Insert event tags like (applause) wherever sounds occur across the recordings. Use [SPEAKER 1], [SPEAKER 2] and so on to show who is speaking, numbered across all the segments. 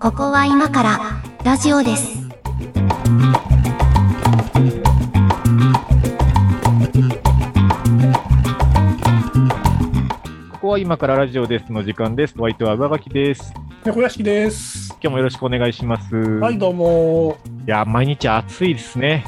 [SPEAKER 1] ここは今からラジオです。
[SPEAKER 2] ここは今からラジオですの時間です。ワイトは上書きです。
[SPEAKER 3] 猫屋敷です。
[SPEAKER 2] 今日もよろしくお願いします。
[SPEAKER 3] はい、どうも。
[SPEAKER 2] いや、毎日暑いですね。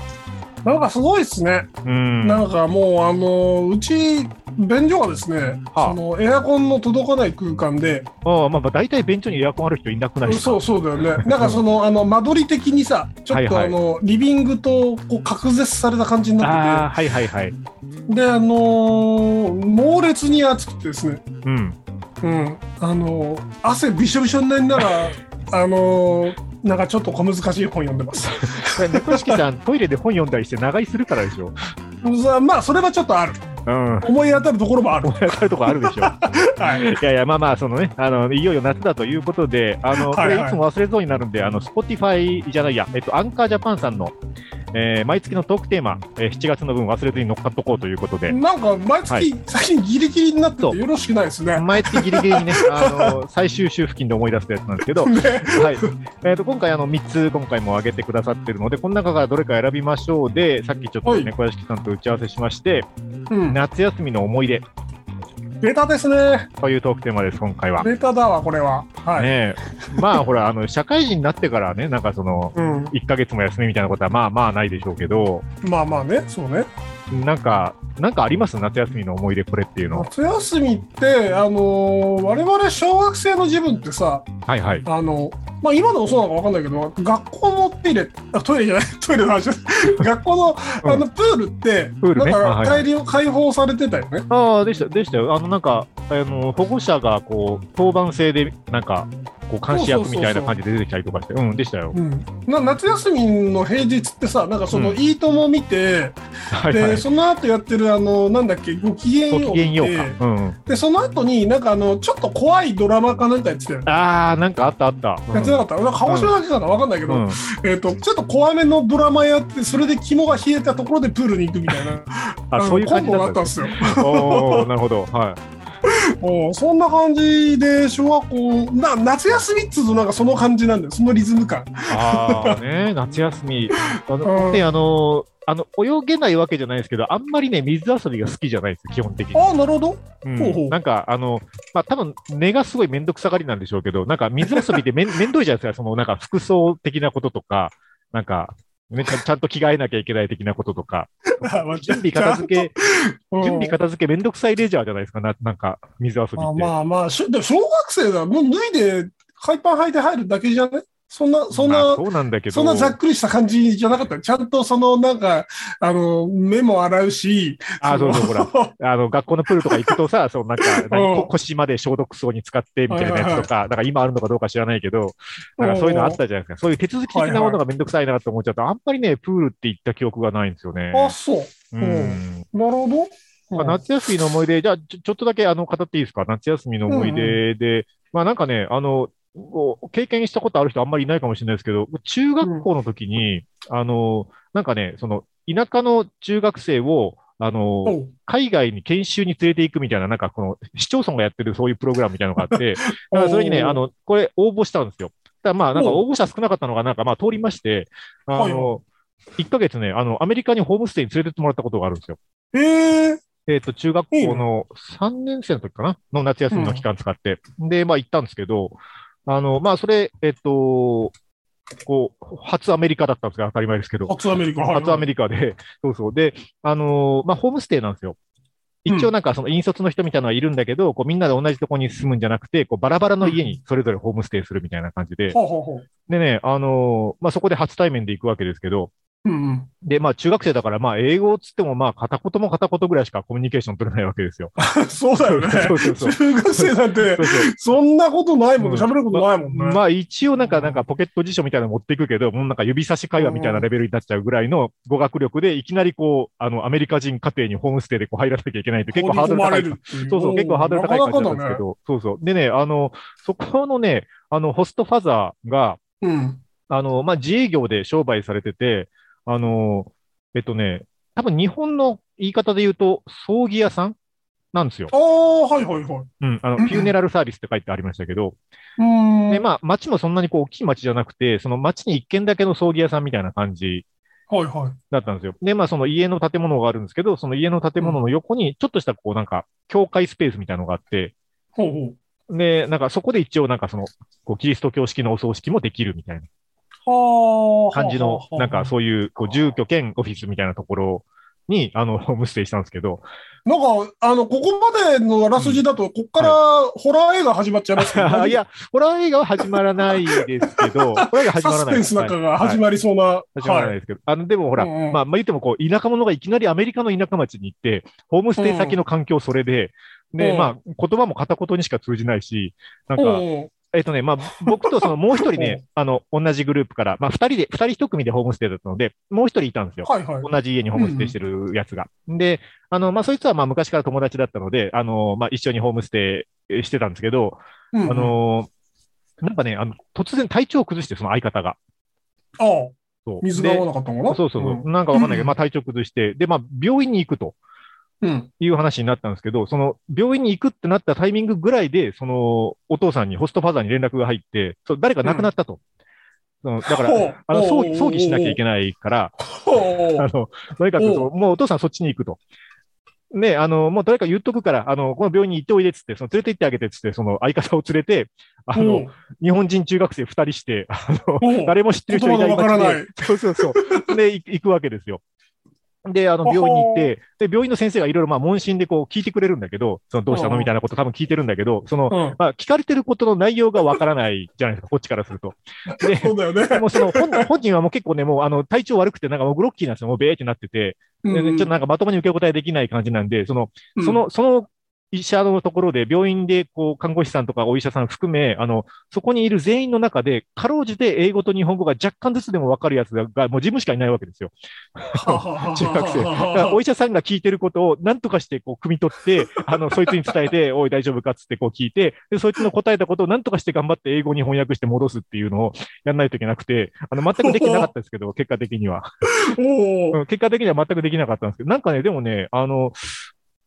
[SPEAKER 3] なんかすごいですね。
[SPEAKER 2] うん。
[SPEAKER 3] なんかもう、あの、うち、便所がですね、
[SPEAKER 2] はあ
[SPEAKER 3] そのエアコンの届かない空間で、
[SPEAKER 2] ああまあ、まあ、大体ベンチにエアコンある人いなくないですか
[SPEAKER 3] そうそうだよね。なんかその、あの、間取り的にさ、ちょ
[SPEAKER 2] はい
[SPEAKER 3] っと
[SPEAKER 2] はい
[SPEAKER 3] あの、リビングと、こう、隔絶された感じに
[SPEAKER 2] ああ、
[SPEAKER 3] なっ
[SPEAKER 2] はいはいはい。
[SPEAKER 3] てて、で、あの、猛烈に暑くてですね、
[SPEAKER 2] うん。
[SPEAKER 3] うん、あの、汗びしょびしょになりなが
[SPEAKER 2] (laughs)
[SPEAKER 3] ら、あの、なんかちょっと小難しい本読んでます。 (laughs)
[SPEAKER 2] これ猫式さん、 (laughs) トイレで本読んだりして長居するからでしょ。
[SPEAKER 3] まあ、それはちょっとある。
[SPEAKER 2] うん。 (laughs)
[SPEAKER 3] 思い当たるところもある。
[SPEAKER 2] わかるとこあるでしょ。
[SPEAKER 3] はい。
[SPEAKER 2] いやいや、まあまあ、そのね、あの、いよいよ夏だということで、あの、こ
[SPEAKER 3] はい
[SPEAKER 2] れい
[SPEAKER 3] はい
[SPEAKER 2] つも忘れそうになるんで、あの、Spotify じゃないや、えっと、アンカージャパンさんの、えー毎月のトークテーマ、えー7月の分忘れずに乗っかっとこうということで、
[SPEAKER 3] (laughs) なんか毎月、
[SPEAKER 2] はい
[SPEAKER 3] 最近ギリギリになって
[SPEAKER 2] そう
[SPEAKER 3] てよろしくないですね。
[SPEAKER 2] 前ってギリギリに
[SPEAKER 3] (laughs)
[SPEAKER 2] ね、あの、最終週付近で思い出したやつなんですけど、
[SPEAKER 3] ね
[SPEAKER 2] はい。えっ、と、今回、あの、3つ、今回も挙げてくださってるので、この中からどれか選びましょうで、さっきちょっと
[SPEAKER 3] はい
[SPEAKER 2] 猫屋敷さんと打ち合わせしまして、
[SPEAKER 3] うん、
[SPEAKER 2] 夏休みの思い出
[SPEAKER 3] ベタですね。
[SPEAKER 2] というトークテーマです、今回は。ね
[SPEAKER 3] ベタだわ、これは。はい。
[SPEAKER 2] えまあ、ほら、あの、社会人になってからね、なんかその、
[SPEAKER 3] うん、
[SPEAKER 2] 1ヶ月も休みみたいなことは、まあまあないでしょうけど、
[SPEAKER 3] まあまあね、そうね。
[SPEAKER 2] なんか、なんかあります夏休みの思い出、これっていうの。
[SPEAKER 3] 夏休みって、あのー我々小学生の自分ってさ、
[SPEAKER 2] はいはい。
[SPEAKER 3] あのまあ、今でもそうなのか分かんないけど、学校のトイレ、あトイレじゃない、 (laughs) トイレ
[SPEAKER 2] (laughs)
[SPEAKER 3] の話です、学校の
[SPEAKER 2] うん
[SPEAKER 3] あのプールって、
[SPEAKER 2] プールねあ
[SPEAKER 3] な
[SPEAKER 2] は
[SPEAKER 3] ん
[SPEAKER 2] い
[SPEAKER 3] か
[SPEAKER 2] はい
[SPEAKER 3] 大量開放されてたよね。
[SPEAKER 2] ああ、でした、でしたよ。あの、なんか、あの、保護者が、こう、当番制で、なんか、こう、監視役みたいな感じで出てきたりとかして、うん、でしたよ。
[SPEAKER 3] うん、な夏休みの平日ってさ、なんかその、
[SPEAKER 2] うん
[SPEAKER 3] いいとも見て、
[SPEAKER 2] はい
[SPEAKER 3] で、
[SPEAKER 2] はい。
[SPEAKER 3] その後やってるあのなんだっけご機嫌よ
[SPEAKER 2] ご
[SPEAKER 3] う
[SPEAKER 2] きげんよう
[SPEAKER 3] って
[SPEAKER 2] か。うん。
[SPEAKER 3] でその後になんかあのちょっと怖いドラマかなんかやってたよね
[SPEAKER 2] ああ、なんかあったあった。うん
[SPEAKER 3] やってなかった、なんか鹿児島だけかなわかんないけど、
[SPEAKER 2] うん
[SPEAKER 3] えっとちょっと怖めのドラマやってそれで肝が冷えたところでプールに行くみたいな
[SPEAKER 2] あ、そういう感じ
[SPEAKER 3] コンボが
[SPEAKER 2] だ
[SPEAKER 3] あ
[SPEAKER 2] っ
[SPEAKER 3] った
[SPEAKER 2] た
[SPEAKER 3] んですよ
[SPEAKER 2] おーなるほど。はい。
[SPEAKER 3] もうそんな感じで小学校な夏休みっつうとなんかその感じなんだよそのリズム感
[SPEAKER 2] ああ、ね、夏休み。あ
[SPEAKER 3] う
[SPEAKER 2] の、
[SPEAKER 3] ん
[SPEAKER 2] ね、あの、あの泳げないわけじゃないですけど、あんまりね、水遊びが好きじゃないです、基本的に。
[SPEAKER 3] ああなるほど
[SPEAKER 2] うん
[SPEAKER 3] ほうほう
[SPEAKER 2] なんか、あの、まあ、多分根がすごいめんどくさがりなんでしょうけど、なんか水遊びってめん (laughs) めんどいじゃないですか、そのなんか服装的なこととか、なんか、ね、ちゃんちゃんと着替えなきゃいけない的なこととか、 (laughs) 準備片
[SPEAKER 3] (laughs)
[SPEAKER 2] 付け、
[SPEAKER 3] 準
[SPEAKER 2] 準備片付けめんどくさいレジャーじゃないですか、ななんか、水遊びって。
[SPEAKER 3] あまあまあ、しでも小学生だ、もう脱いで、海パン履いて入るだけじゃねそんな、そんな、
[SPEAKER 2] まあそうなんだけど、
[SPEAKER 3] そんなざっくりした感じじゃなかった。ちゃんとその、なんか、あの、目も洗うし、
[SPEAKER 2] あ、そうそう、ほ
[SPEAKER 3] (laughs)
[SPEAKER 2] ら。
[SPEAKER 3] ら。
[SPEAKER 2] あの、学校のプールとか行くとさ、そう、なんか、何こ腰まで消毒槽に使ってみたいなやつとか、なんか今あるのかどうか知らないけど、なんかそういうのあったじゃないですか。そういう手続き的なものがめんどくさいなと思っちゃうと、あんまりね、プールって行った記憶がないんですよね。
[SPEAKER 3] あ、そう。
[SPEAKER 2] う。
[SPEAKER 3] うんなるほど。
[SPEAKER 2] まあ夏休みの思い出、じゃあちょ、ちょっとだけあの、語っていいですか夏休みの思い出で、まあなんかね、あの、こう経験したことある人あんまりいないかもしれないですけど、中学校の時に、あの、なんかね、その、田舎の中学生を、あの、
[SPEAKER 3] おう
[SPEAKER 2] 海外に研修に連れて行くみたいな、なんかこの市町村がやってるそういうプログラムみたいなのがあって、だからそれにね、あ、の、これ応募したんですよ。ただまあ、なんか
[SPEAKER 3] お
[SPEAKER 2] 応募者少なかったのが、なんかまあ通りまして、あ
[SPEAKER 3] はい
[SPEAKER 2] の、1ヶ月ね、あの、アメリカにホームステイに連れてってもらったことがあるんですよ。
[SPEAKER 3] ええ
[SPEAKER 2] えっ、と、中学校の3年生の時かなの夏休みの期間使って。で、まあ行ったんですけど、あの、まあそれ、えっ、と、こう、初アメリカだったんですが、当たり前ですけど。
[SPEAKER 3] 初アメリカ。
[SPEAKER 2] 初アメ
[SPEAKER 3] リ
[SPEAKER 2] リカで、 (laughs) そうそう。で、あのーまあ、ホームステイなんですよ。一応なんかその引率の人みたいなのはいるんだけど、こうみんなで同じとこに住むんじゃなくて、こうバラバラの家にそれぞれホームステイするみたいな感じで。
[SPEAKER 3] ほうほうほう。
[SPEAKER 2] でね、あのーまあ、そこで初対面で行くわけですけど、
[SPEAKER 3] うんうん。 (laughs)
[SPEAKER 2] で、まあ中学生だから、まあ英語っつってもまあ片言も片言ぐらいしかコミュニケーション取れないわけですよ。
[SPEAKER 3] そうだよね。
[SPEAKER 2] (laughs) そうそうそう
[SPEAKER 3] 中学生なんて
[SPEAKER 2] そう、そう
[SPEAKER 3] そんなことないもん、
[SPEAKER 2] うん
[SPEAKER 3] 喋ることないもんね。
[SPEAKER 2] まあ一応なんか、なんかポケット辞書みたいなの持っていくけど、もうなんか指差し会話みたいなレベルになっちゃうぐらいの語学力で、いきなりこう、あの、アメリカ人家庭にホームステイでこう入らなきゃいけないって結構ハードル高い。
[SPEAKER 3] い
[SPEAKER 2] そうそう、結構ハードル高い感じだったんです
[SPEAKER 3] なかな
[SPEAKER 2] け
[SPEAKER 3] かだね。
[SPEAKER 2] ど、そうそう。でね、あの、そこのね、あの、ホストファザーが、
[SPEAKER 3] うん。
[SPEAKER 2] あの、まあ、自営業で商売されてて、あの、えっとね、多分日本の言い方で言うと、葬儀屋さんなんですよ。
[SPEAKER 3] ああ、はいはいはい。
[SPEAKER 2] うん、あの、
[SPEAKER 3] うんうん
[SPEAKER 2] フューネラルサービスって書いてありましたけど、
[SPEAKER 3] うーん。
[SPEAKER 2] で、まあ、町もそんなにこう大きい町じゃなくて、その町に一軒だけの葬儀屋さんみたいな感じ
[SPEAKER 3] はいはい。
[SPEAKER 2] だったんですよ。で、まあ、その家の建物があるんですけど、その家の建物の横に、ちょっとしたこうなんか、教会スペースみたいなのがあって、
[SPEAKER 3] ほうほう。
[SPEAKER 2] で、なんかそこで一応なんかその、こう、キリスト教式のお葬式もできるみたいな
[SPEAKER 3] はあ。
[SPEAKER 2] 感じの
[SPEAKER 3] は、あ
[SPEAKER 2] なんか、そういう、こう、住居兼オフィスみたいなところに、あの、ホームステイしたんですけど、
[SPEAKER 3] なんか、あの、ここまでのあらすじだと、こっからホラー映画始まっちゃいますけど、
[SPEAKER 2] いや、ホラー映画は始まらないですけ
[SPEAKER 3] (laughs)
[SPEAKER 2] ど、ホラー映画始ま
[SPEAKER 3] サ
[SPEAKER 2] らない
[SPEAKER 3] スペ
[SPEAKER 2] で
[SPEAKER 3] ン
[SPEAKER 2] す。
[SPEAKER 3] スなんかが
[SPEAKER 2] はい
[SPEAKER 3] 始まりそうな。は
[SPEAKER 2] 始まらないで
[SPEAKER 3] い。
[SPEAKER 2] すけど、あのでもほら、
[SPEAKER 3] うんうん
[SPEAKER 2] まあ、まあ言ってもこう、田舎者がいきなりアメリカの田舎町に行って、ホームステイ先の環境それで、で、
[SPEAKER 3] うん
[SPEAKER 2] まあ、言葉も片言にしか通じないし、なん
[SPEAKER 3] う
[SPEAKER 2] か、
[SPEAKER 3] んうん、
[SPEAKER 2] えっとね、まあ、僕とそのもう一人ね
[SPEAKER 3] (laughs)
[SPEAKER 2] あの、同じグループから、まあ、二人で、二人一組でホームステイだったので、もう一人いたんですよ。
[SPEAKER 3] はいはい。
[SPEAKER 2] 同じ家にホームステイしてるやつが。で、あの、まあ、そいつはまあ昔から友達だったので、あの、まあ、一緒にホームステイしてたんですけど、あ、
[SPEAKER 3] あ
[SPEAKER 2] の、なんかね、あの、突然体調を崩して、その相方が。
[SPEAKER 3] ああ、
[SPEAKER 2] そう
[SPEAKER 3] 水が合
[SPEAKER 2] で
[SPEAKER 3] わなかったのかな
[SPEAKER 2] そうそうそう、なんかわかんないけど、まあ体調崩して、で、まあ病院に行くと
[SPEAKER 3] うん。うん。
[SPEAKER 2] いう話になったんですけど、その病院に行くってなったタイミングぐらいで、そのお父さんに、ホストファザーに連絡が入って、そう誰か亡くなったと。そのだから、
[SPEAKER 3] ら
[SPEAKER 2] あの葬儀葬儀しなきゃいけ
[SPEAKER 3] ない。
[SPEAKER 2] ないから、
[SPEAKER 3] ほうほうほ
[SPEAKER 2] あ
[SPEAKER 3] う
[SPEAKER 2] の、誰かというと、
[SPEAKER 3] お
[SPEAKER 2] もうお父さんそっちに行くと。ね、あの、もう誰か言っとくから、あの、この病院に行っておいでっつって、その連れて行ってあげてっつって、その相方を連れて、あの、日本人中学生二人して、あの、(laughs)
[SPEAKER 3] おう
[SPEAKER 2] 誰も知ってる人いない
[SPEAKER 3] 言葉がわからない
[SPEAKER 2] 街で (laughs) そうそうそう。で、い行くわけですよ。で、あの、病院に行って、で、病院の先生がいろいろ、まあ、問診でこう、聞いてくれるんだけど、その、どうした
[SPEAKER 3] う
[SPEAKER 2] の
[SPEAKER 3] ん
[SPEAKER 2] みたいなこと多分聞いてるんだけど、その、
[SPEAKER 3] うん。
[SPEAKER 2] まあ、聞かれてることの内容がわからないじゃないですか、こっちからすると。で、
[SPEAKER 3] そうだよ
[SPEAKER 2] (laughs)
[SPEAKER 3] ね。
[SPEAKER 2] もうその、本本人はもう結構ね、もう、あの、体調悪くて、なんかもうグロッキーなんですよ、もうベーってなってて、で
[SPEAKER 3] う
[SPEAKER 2] ちょ
[SPEAKER 3] ん
[SPEAKER 2] っとなんかまともに受け答えできない感じなんで、その、
[SPEAKER 3] うん
[SPEAKER 2] その、その医者のところで、病院で、こう、看護師さんとかお医者さん含め、あの、そこにいる全員の中で、かろうじて英語と日本語が若干ずつでも分かるやつが、がもう自分しかいないわけですよ。中学生だからお医者さんが聞いてることを、なんとかして、こう、汲み取って、あの、そいつに伝えて、 (laughs) おい、大丈夫かっつって、こう聞いて、で、そいつの答えたことを、なんとかして頑張って英語に翻訳して戻すっていうのをやらないといけなくて、あの、全くできてなかったですけど、結果的には。
[SPEAKER 3] おう
[SPEAKER 2] うん結果的には全くできなかったんですけど、なんかね、でもね、あの、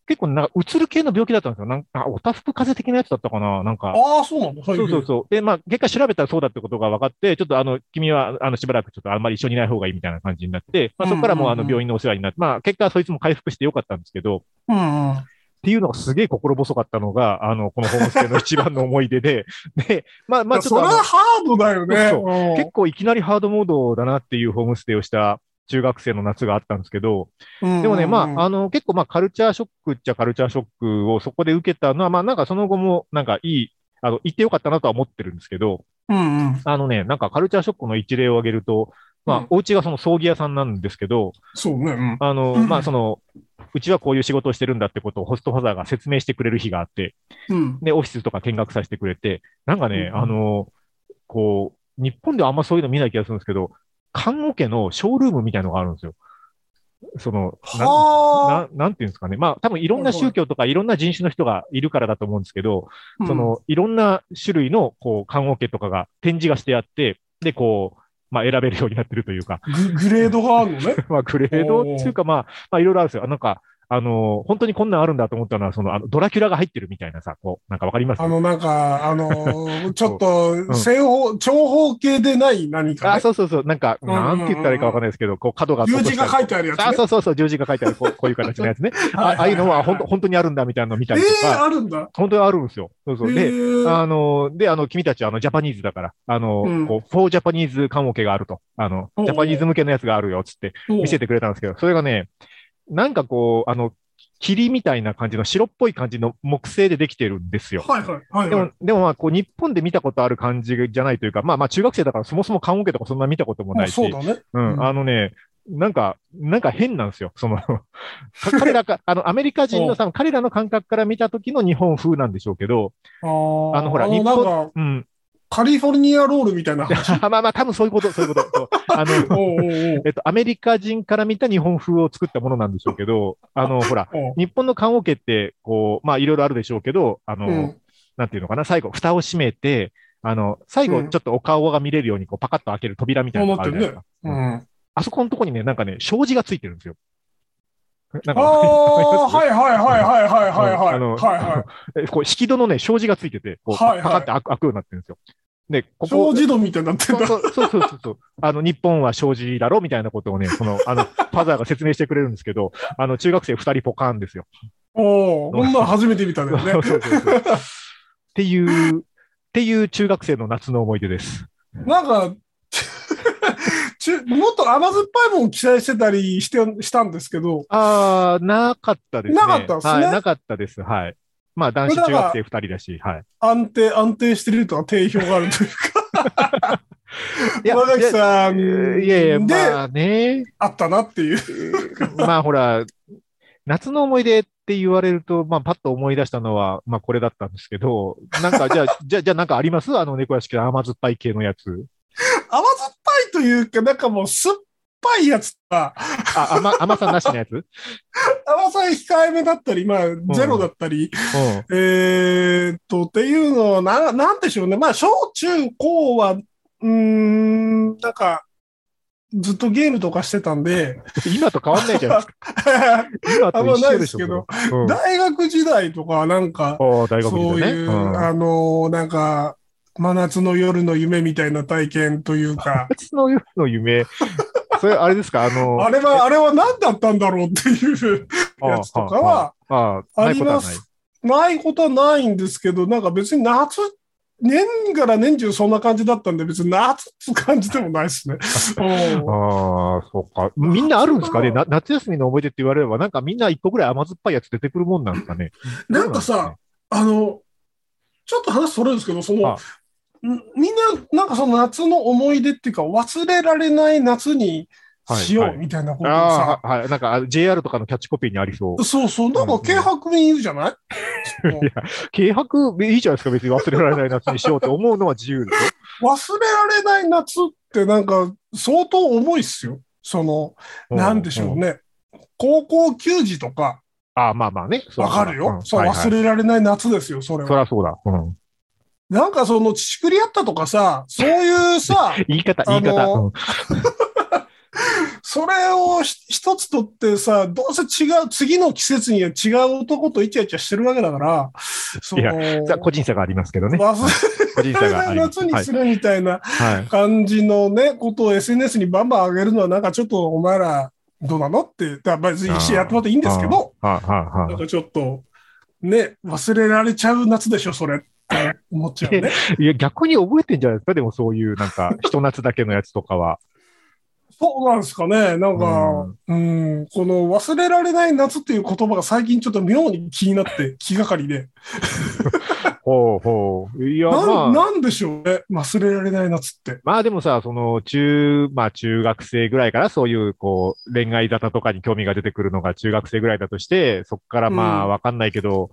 [SPEAKER 2] 結構なんか、うつる系の病気だったんですよ。なんか、あおたふく風邪的なやつだったかななんか。
[SPEAKER 3] ああ、そうなんだ。そ
[SPEAKER 2] そうそうそう。で、まあ、結果調べたらそうだってことが分かって、ちょっとあの、君は、あの、しばらくちょっとあんまり一緒にいない方がいいみたいな感じになって、まあ、そこからもうあの、
[SPEAKER 3] うんうんうん
[SPEAKER 2] 病院のお世話になって、まあ、結果、そいつも回復してよかったんですけど、っ
[SPEAKER 3] うんうん。
[SPEAKER 2] ていうのがすげえ心細かったのが、あの、このホームステイの一番の思い出で、 (laughs) で、まあ、まあ、ちょっと
[SPEAKER 3] それ
[SPEAKER 2] あ
[SPEAKER 3] は
[SPEAKER 2] の
[SPEAKER 3] ハードだよね。
[SPEAKER 2] そう
[SPEAKER 3] うん
[SPEAKER 2] 結構いきなりハードモードだなっていうホームステイをした中学生の夏があったんですけど、でもね、まあ、あの、結構、まあ、カルチャーショックっちゃカルチャーショックをそこで受けたのは、まあ、なんかその後も、なんかいい、あの、行ってよかったなとは思ってるんですけど、
[SPEAKER 3] うんうんうん、
[SPEAKER 2] あのね、なんかカルチャーショックの一例を挙げると、まあ、
[SPEAKER 3] うん
[SPEAKER 2] お家がその葬儀屋さんなんですけど、
[SPEAKER 3] そうね。うん
[SPEAKER 2] あの、
[SPEAKER 3] うん
[SPEAKER 2] まあ、その、うちはこういう仕事をしてるんだってことをホストファザーが説明してくれる日があって、
[SPEAKER 3] うん。
[SPEAKER 2] で、オフィスとか見学させてくれて、なんかね、
[SPEAKER 3] うん
[SPEAKER 2] あの、こう、日本ではあんまそういうの見ない気がするんですけど、看護家のショールームみたいのがあるんですよ。その、なん
[SPEAKER 3] はあ
[SPEAKER 2] ななんていうんですかね、まあ、多分いろんな宗教とかいろんな人種の人がいるからだと思うんですけど、
[SPEAKER 3] うん
[SPEAKER 2] そのいろんな種類のこう看護家とかが展示がしてあって、で、こう、まあ、選べるようになってるという
[SPEAKER 3] (laughs)
[SPEAKER 2] か、
[SPEAKER 3] ググレードがある
[SPEAKER 2] (laughs)
[SPEAKER 3] のね。
[SPEAKER 2] まあ、グレードっていうか、まあ、まあ、いろいろあるんですよ。あなんか、あの、本当にこんなんあるんだと思ったのは、その、あのドラキュラが入ってるみたいなさ、こう、なんかわかります
[SPEAKER 3] あの、なんか、
[SPEAKER 2] (laughs)
[SPEAKER 3] あの、ちょっ
[SPEAKER 2] ん
[SPEAKER 3] と、正方、長方形でない何か
[SPEAKER 2] あ、
[SPEAKER 3] ね。
[SPEAKER 2] そうそうそう、なんか、
[SPEAKER 3] うんうんうん
[SPEAKER 2] なんて言ったらいいかわかんないですけど、こう、角が落
[SPEAKER 3] 有
[SPEAKER 2] と
[SPEAKER 3] 字
[SPEAKER 2] してあ
[SPEAKER 3] が
[SPEAKER 2] る。
[SPEAKER 3] 書いてあるやつね。
[SPEAKER 2] あ、そうそうそう、十字が書いてある、こうこういう形のやつ
[SPEAKER 3] (laughs)
[SPEAKER 2] ね。あああいうのは、本当本当にあるんだみたいなの見た
[SPEAKER 3] え
[SPEAKER 2] りと
[SPEAKER 3] え
[SPEAKER 2] か、
[SPEAKER 3] あるんだ。
[SPEAKER 2] 本当にあるんですよ。そうそう。で、
[SPEAKER 3] ええ
[SPEAKER 2] あの、で、あの、君たちは、あの、ジャパニーズだから、あの、
[SPEAKER 3] うん
[SPEAKER 2] こう、フォージャパニーズ缶オケがあると、あの、
[SPEAKER 3] おうおう
[SPEAKER 2] ジャパニーズ向けのやつがあるよ、つって見せてくれたんですけど、それがね、なんかこう、あの、霧みたいな感じの白っぽい感じの木製でできてるんですよ。
[SPEAKER 3] はいはいはい
[SPEAKER 2] で
[SPEAKER 3] は
[SPEAKER 2] も
[SPEAKER 3] い。、
[SPEAKER 2] でもまあ、こう、日本で見たことある感じじゃないというか、まあまあ、中学生だからそもそも缶オケとかそんな見たことも
[SPEAKER 3] ま
[SPEAKER 2] な
[SPEAKER 3] あ
[SPEAKER 2] いし、
[SPEAKER 3] そうだね。
[SPEAKER 2] うん、
[SPEAKER 3] うん
[SPEAKER 2] あのね、なんか、なんか変なんですよ。その、か彼らか、あの、アメリカ人のさ、彼らの感覚から見た時の日本風なんでしょうけど、
[SPEAKER 3] あー
[SPEAKER 2] あのほら
[SPEAKER 3] あの、
[SPEAKER 2] 日
[SPEAKER 3] な
[SPEAKER 2] 本
[SPEAKER 3] んか、
[SPEAKER 2] うん、
[SPEAKER 3] カリフォルニアロール
[SPEAKER 2] (laughs)
[SPEAKER 3] みたいな。
[SPEAKER 2] あまあまあ、多分そういうこと、そういうこと。そうあ
[SPEAKER 3] おう
[SPEAKER 2] の、
[SPEAKER 3] おうおう
[SPEAKER 2] えっと、アメリカ人から見た日本風を作ったものなんでしょうけど、あ
[SPEAKER 3] (laughs)
[SPEAKER 2] の、ほら、
[SPEAKER 3] おう
[SPEAKER 2] 日本の棺桶って、こう、まあ、いろいろあるでしょうけど、あの、
[SPEAKER 3] うん
[SPEAKER 2] なんていうのかな、最後、蓋を閉めて、あの、最
[SPEAKER 3] う
[SPEAKER 2] 後、
[SPEAKER 3] ん
[SPEAKER 2] ちょっとお顔が見れるように、こう、パカッと開ける扉みたいなのがあるじゃないですか。
[SPEAKER 3] うん。
[SPEAKER 2] あそこのとこにね、なんかね、障子がついてるんですよ。なん
[SPEAKER 3] あ
[SPEAKER 2] か、
[SPEAKER 3] あ、
[SPEAKER 2] (laughs)
[SPEAKER 3] はいはいはいはいはいはいは
[SPEAKER 2] あ
[SPEAKER 3] い。
[SPEAKER 2] の
[SPEAKER 3] はいは
[SPEAKER 2] え (laughs) こう引き戸のね、障子がついてて、こう、
[SPEAKER 3] はいはい
[SPEAKER 2] パカって開く開くようになってるんですよ。で、こ
[SPEAKER 3] い。
[SPEAKER 2] こ。
[SPEAKER 3] 小児童みたいになって
[SPEAKER 2] そ
[SPEAKER 3] ん
[SPEAKER 2] う
[SPEAKER 3] だ。
[SPEAKER 2] そうそうそうそうそう。あの、日本は障子だろみたいなことをね、その、あの、パザーが説明してくれるんですけど、あの、中学生二人ポカーンですよ。
[SPEAKER 3] おお、こんなん初めて見たね。
[SPEAKER 2] (laughs) そうそうそうそうっていう、っていう中学生の夏の思い出です。
[SPEAKER 3] なんか、 (laughs) ちゅもっと甘酸っぱいもん期待してたりしてしたんですけど、
[SPEAKER 2] あー、なかったですね。
[SPEAKER 3] なかったんですね
[SPEAKER 2] はい、なかったです。はい。まあ、男子中学生二人だし、はい。
[SPEAKER 3] 安定、安定してるとは定評があるという
[SPEAKER 2] いや
[SPEAKER 3] か、若木
[SPEAKER 2] い
[SPEAKER 3] さん
[SPEAKER 2] やいやいや、
[SPEAKER 3] で、
[SPEAKER 2] まあね、
[SPEAKER 3] あったなっていう。
[SPEAKER 2] (laughs) まあほら、夏の思い出って言われると、まあパッと思い出したのは、まあこれだったんですけど、なんかじゃあ、 (laughs) じゃあ、じゃあなんかありますあの猫屋敷の甘酸っぱい系のやつ。
[SPEAKER 3] 甘酸っぱいというか、なんかもう酸っぱいやつとか、
[SPEAKER 2] あ、甘、甘さなしのやつうん。
[SPEAKER 3] 甘さ控えめだったり、まあ、ゼロだったり、えーっと、っていうのは、な、なんでしょうね。まあ、小中高は、うーん、なんか、ずっとゲームとかしてたんで、
[SPEAKER 2] 今と変わんないじゃないですか。今と一緒でしょ。それうん、あ
[SPEAKER 3] 大学時代とかはなんか、
[SPEAKER 2] あ、大学
[SPEAKER 3] そう
[SPEAKER 2] 時代ね。
[SPEAKER 3] いう、
[SPEAKER 2] うん、
[SPEAKER 3] あの、なんか、真夏の夜の夢みたいな体験というか
[SPEAKER 2] (laughs) 夏の夜の夢。それ、あれですかあの、
[SPEAKER 3] あれは、あれは何だったんだろうっていうやつとかは、
[SPEAKER 2] ああ、ああ、
[SPEAKER 3] あ
[SPEAKER 2] ない
[SPEAKER 3] り
[SPEAKER 2] ことは
[SPEAKER 3] ま
[SPEAKER 2] ない。
[SPEAKER 3] す。ないことはないんですけど、なんか別に夏、年から年中そんな感じだったんで、別に夏って感じでもないですね。うん
[SPEAKER 2] ああ、そうか。みんなあるんですかねな夏休みの思い出って言われれば、なんかみんな一個ぐらい甘酸っぱいやつ出てくるもんなんですかね。
[SPEAKER 3] なんかさ、あの、ちょっと話それるんですけど、その
[SPEAKER 2] あ、
[SPEAKER 3] んみんな、なんかその夏の思い出っていうか、忘れられない夏にし
[SPEAKER 2] はい
[SPEAKER 3] よ
[SPEAKER 2] は
[SPEAKER 3] う
[SPEAKER 2] い
[SPEAKER 3] みたいなことをさ、
[SPEAKER 2] ああ、はい。なんかあの JR とかのキャッチコピーにありそう。
[SPEAKER 3] そうそう、なんか軽薄に言うじゃ (laughs) ない、
[SPEAKER 2] いや、軽薄でいいじゃないですか。別に忘れられない夏にしようと思うのは自由でし
[SPEAKER 3] 忘れられない夏ってなんか相当重いっすよ。その、
[SPEAKER 2] ょ。
[SPEAKER 3] (laughs) なんでしょ
[SPEAKER 2] ね。
[SPEAKER 3] うね。高校球児とか、
[SPEAKER 2] ああ、まあまあね。そう
[SPEAKER 3] わかるよ。そう、忘
[SPEAKER 2] れ
[SPEAKER 3] れられない夏ですよ、それ
[SPEAKER 2] そ
[SPEAKER 3] は。
[SPEAKER 2] りゃそうだ。うん。
[SPEAKER 3] なんかその、ちくりあったとかさ、そういう (laughs) さ、
[SPEAKER 2] 言い方、言い方。
[SPEAKER 3] あの
[SPEAKER 2] うん
[SPEAKER 3] それをひ一つとってさ、どうせ違う、次の季節には違う男とイチャイチャしてるわけだから、その
[SPEAKER 2] いやさ個人差がありますけどね。
[SPEAKER 3] 忘
[SPEAKER 2] 個人
[SPEAKER 3] れら
[SPEAKER 2] 差
[SPEAKER 3] れ
[SPEAKER 2] が
[SPEAKER 3] な
[SPEAKER 2] あ
[SPEAKER 3] い
[SPEAKER 2] ります。
[SPEAKER 3] 夏に
[SPEAKER 2] はい
[SPEAKER 3] す。るみたいな
[SPEAKER 2] はい。
[SPEAKER 3] 感じのね、ことを SNS にバンバン上げるのは、なんかちょっとお前らどうなのって、だから別に一緒にやってもらっていいんですけど、
[SPEAKER 2] はあはあ
[SPEAKER 3] なん
[SPEAKER 2] はあ
[SPEAKER 3] かちょっと、ね、忘れられちゃう夏でしょ、それって思っちゃうね。
[SPEAKER 2] (laughs) いや、逆に覚えてんじゃないですかでもそういう、なんか、ひと夏だけのやつとかは。
[SPEAKER 3] そうなんですかね。なんか、うん、この忘れられない夏っていう言葉が最近ちょっと妙に気になって、気がかりで。
[SPEAKER 2] ほうほう。いや、
[SPEAKER 3] (laughs) なん、
[SPEAKER 2] まあ。
[SPEAKER 3] なんでしょうね。忘れられない夏って。
[SPEAKER 2] まあでもさ、その中、まあ中学生ぐらいからそういうこう恋愛沙汰とかに興味が出てくるのが中学生ぐらいだとして、そこからまあ
[SPEAKER 3] うん
[SPEAKER 2] わかんないけど、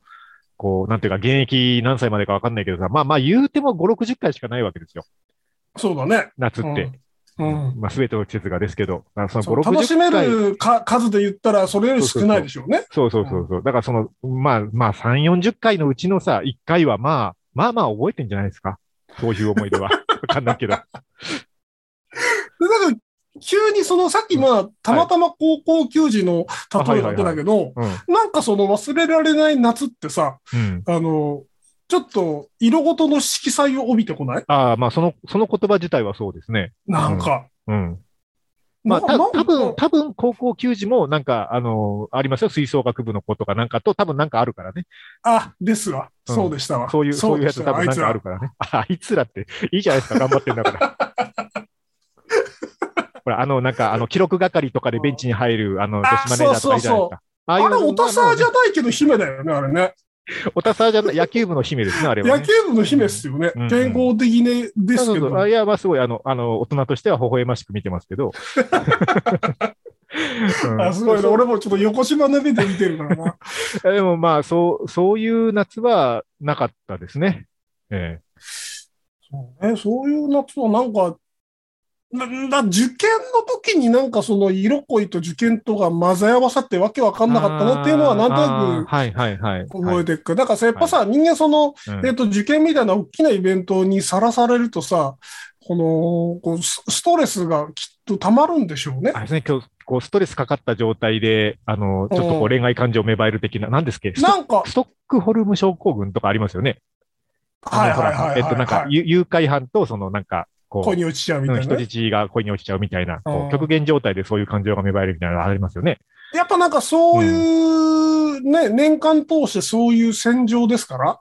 [SPEAKER 2] こうなんていうか現役何歳までかわかんないけどさ、まあまあ言うても5、60回しかないわけですよ。
[SPEAKER 3] そうだね。
[SPEAKER 2] 夏って。
[SPEAKER 3] うん。うん
[SPEAKER 2] まあ全ての季節がですけど、あのその
[SPEAKER 3] そう
[SPEAKER 2] 5、60回。
[SPEAKER 3] 楽しめるか数で言ったら、それより少ないでしょうね。
[SPEAKER 2] そうそうそうそう。だからその、まあまあ3、40回のうちのさ、1回はまあ、まあまあ覚えてんじゃないですか。そういう思い
[SPEAKER 3] (laughs)
[SPEAKER 2] 出は。わかんないけど。
[SPEAKER 3] でだから急にその、さっきまあ、たまたま高校球児の例えが出たけど、
[SPEAKER 2] うん。
[SPEAKER 3] なんかその忘れられない夏ってさ、
[SPEAKER 2] うん。
[SPEAKER 3] あの、ちょっと色ごとの色彩を帯びてこない
[SPEAKER 2] ああ、まあその、その言葉自体はそうですね。
[SPEAKER 3] なんか。
[SPEAKER 2] うん。まあ、た
[SPEAKER 3] な
[SPEAKER 2] 多分多分高校球児もなんか、あのありますよ。吹奏楽部の子とかなんかと、多分なんかあるからね。
[SPEAKER 3] あ、ですわ。
[SPEAKER 2] うん
[SPEAKER 3] そうでしたわ。
[SPEAKER 2] そういう、そういうや
[SPEAKER 3] で
[SPEAKER 2] つ
[SPEAKER 3] した
[SPEAKER 2] 多
[SPEAKER 3] わ
[SPEAKER 2] 分なんかあるからね。あいつらって、いいじゃないですか。頑張ってんだから。
[SPEAKER 3] (laughs)
[SPEAKER 2] ほら、あの、なんか、あの、記録係とかでベンチに入る、あの、女
[SPEAKER 3] あ
[SPEAKER 2] 子マネージャーとかいるじゃないですか。あ
[SPEAKER 3] あ
[SPEAKER 2] あ
[SPEAKER 3] い
[SPEAKER 2] い
[SPEAKER 3] つ
[SPEAKER 2] う
[SPEAKER 3] らあれ、オタサーじゃ
[SPEAKER 2] ま
[SPEAKER 3] ないけど、姫だよね、あれね。
[SPEAKER 2] あまあオタサーじゃない、野球部の姫ですね、あれは、
[SPEAKER 3] 野
[SPEAKER 2] ね。
[SPEAKER 3] 球部の姫っすよね
[SPEAKER 2] うんうん。
[SPEAKER 3] 健康的ね、ですけ
[SPEAKER 2] そうそうそうあ
[SPEAKER 3] ど。
[SPEAKER 2] いや、まあ、すごい、あの、あの、大人としては微笑ましく見てますけど。うん
[SPEAKER 3] (laughs) あ、す
[SPEAKER 2] (laughs)
[SPEAKER 3] ごいね。俺もちょっと横芝の目で見てるからな。
[SPEAKER 2] いやでもまあ、そう、そういう夏はなかったですね。え
[SPEAKER 3] そうね、そういう夏はなんか、なんだ、受験の時になんかその色恋と受験とが混ぜ合わさってわけわか
[SPEAKER 2] え
[SPEAKER 3] んなかったなっていうのはなんとな
[SPEAKER 2] あーはいはいはい。
[SPEAKER 3] く覚えてるか。だからさ、やっぱさ、人間そ
[SPEAKER 2] はい
[SPEAKER 3] の、
[SPEAKER 2] うん
[SPEAKER 3] えっと、受験みたいな大きなイベントにさらされるとさ、この、こうスストレスがきっと溜まるんでしょうね。
[SPEAKER 2] あれですね、今日、こう、ストレスかかった状態で、あの、ちょっとこ
[SPEAKER 3] う
[SPEAKER 2] うん恋愛感情芽生える的な、なんですっけスト
[SPEAKER 3] なんか、
[SPEAKER 2] ストックホルム症候群とかありますよね。
[SPEAKER 3] はい
[SPEAKER 2] あの
[SPEAKER 3] はい
[SPEAKER 2] ほ
[SPEAKER 3] はいは
[SPEAKER 2] ら
[SPEAKER 3] い。
[SPEAKER 2] えっと、なんか、
[SPEAKER 3] はい
[SPEAKER 2] ゆ誘拐犯と、その、なんか、こう
[SPEAKER 3] 恋、に落ちちゃうみ
[SPEAKER 2] う
[SPEAKER 3] た
[SPEAKER 2] ん
[SPEAKER 3] い
[SPEAKER 2] 人
[SPEAKER 3] なね。
[SPEAKER 2] 質が恋に落ちちゃうみたいな、こ
[SPEAKER 3] う
[SPEAKER 2] うん極限状態でそういう感情が芽生えるみたいなのありますよね。
[SPEAKER 3] やっぱなんかそういう、ね、年間通してそういう戦場ですから、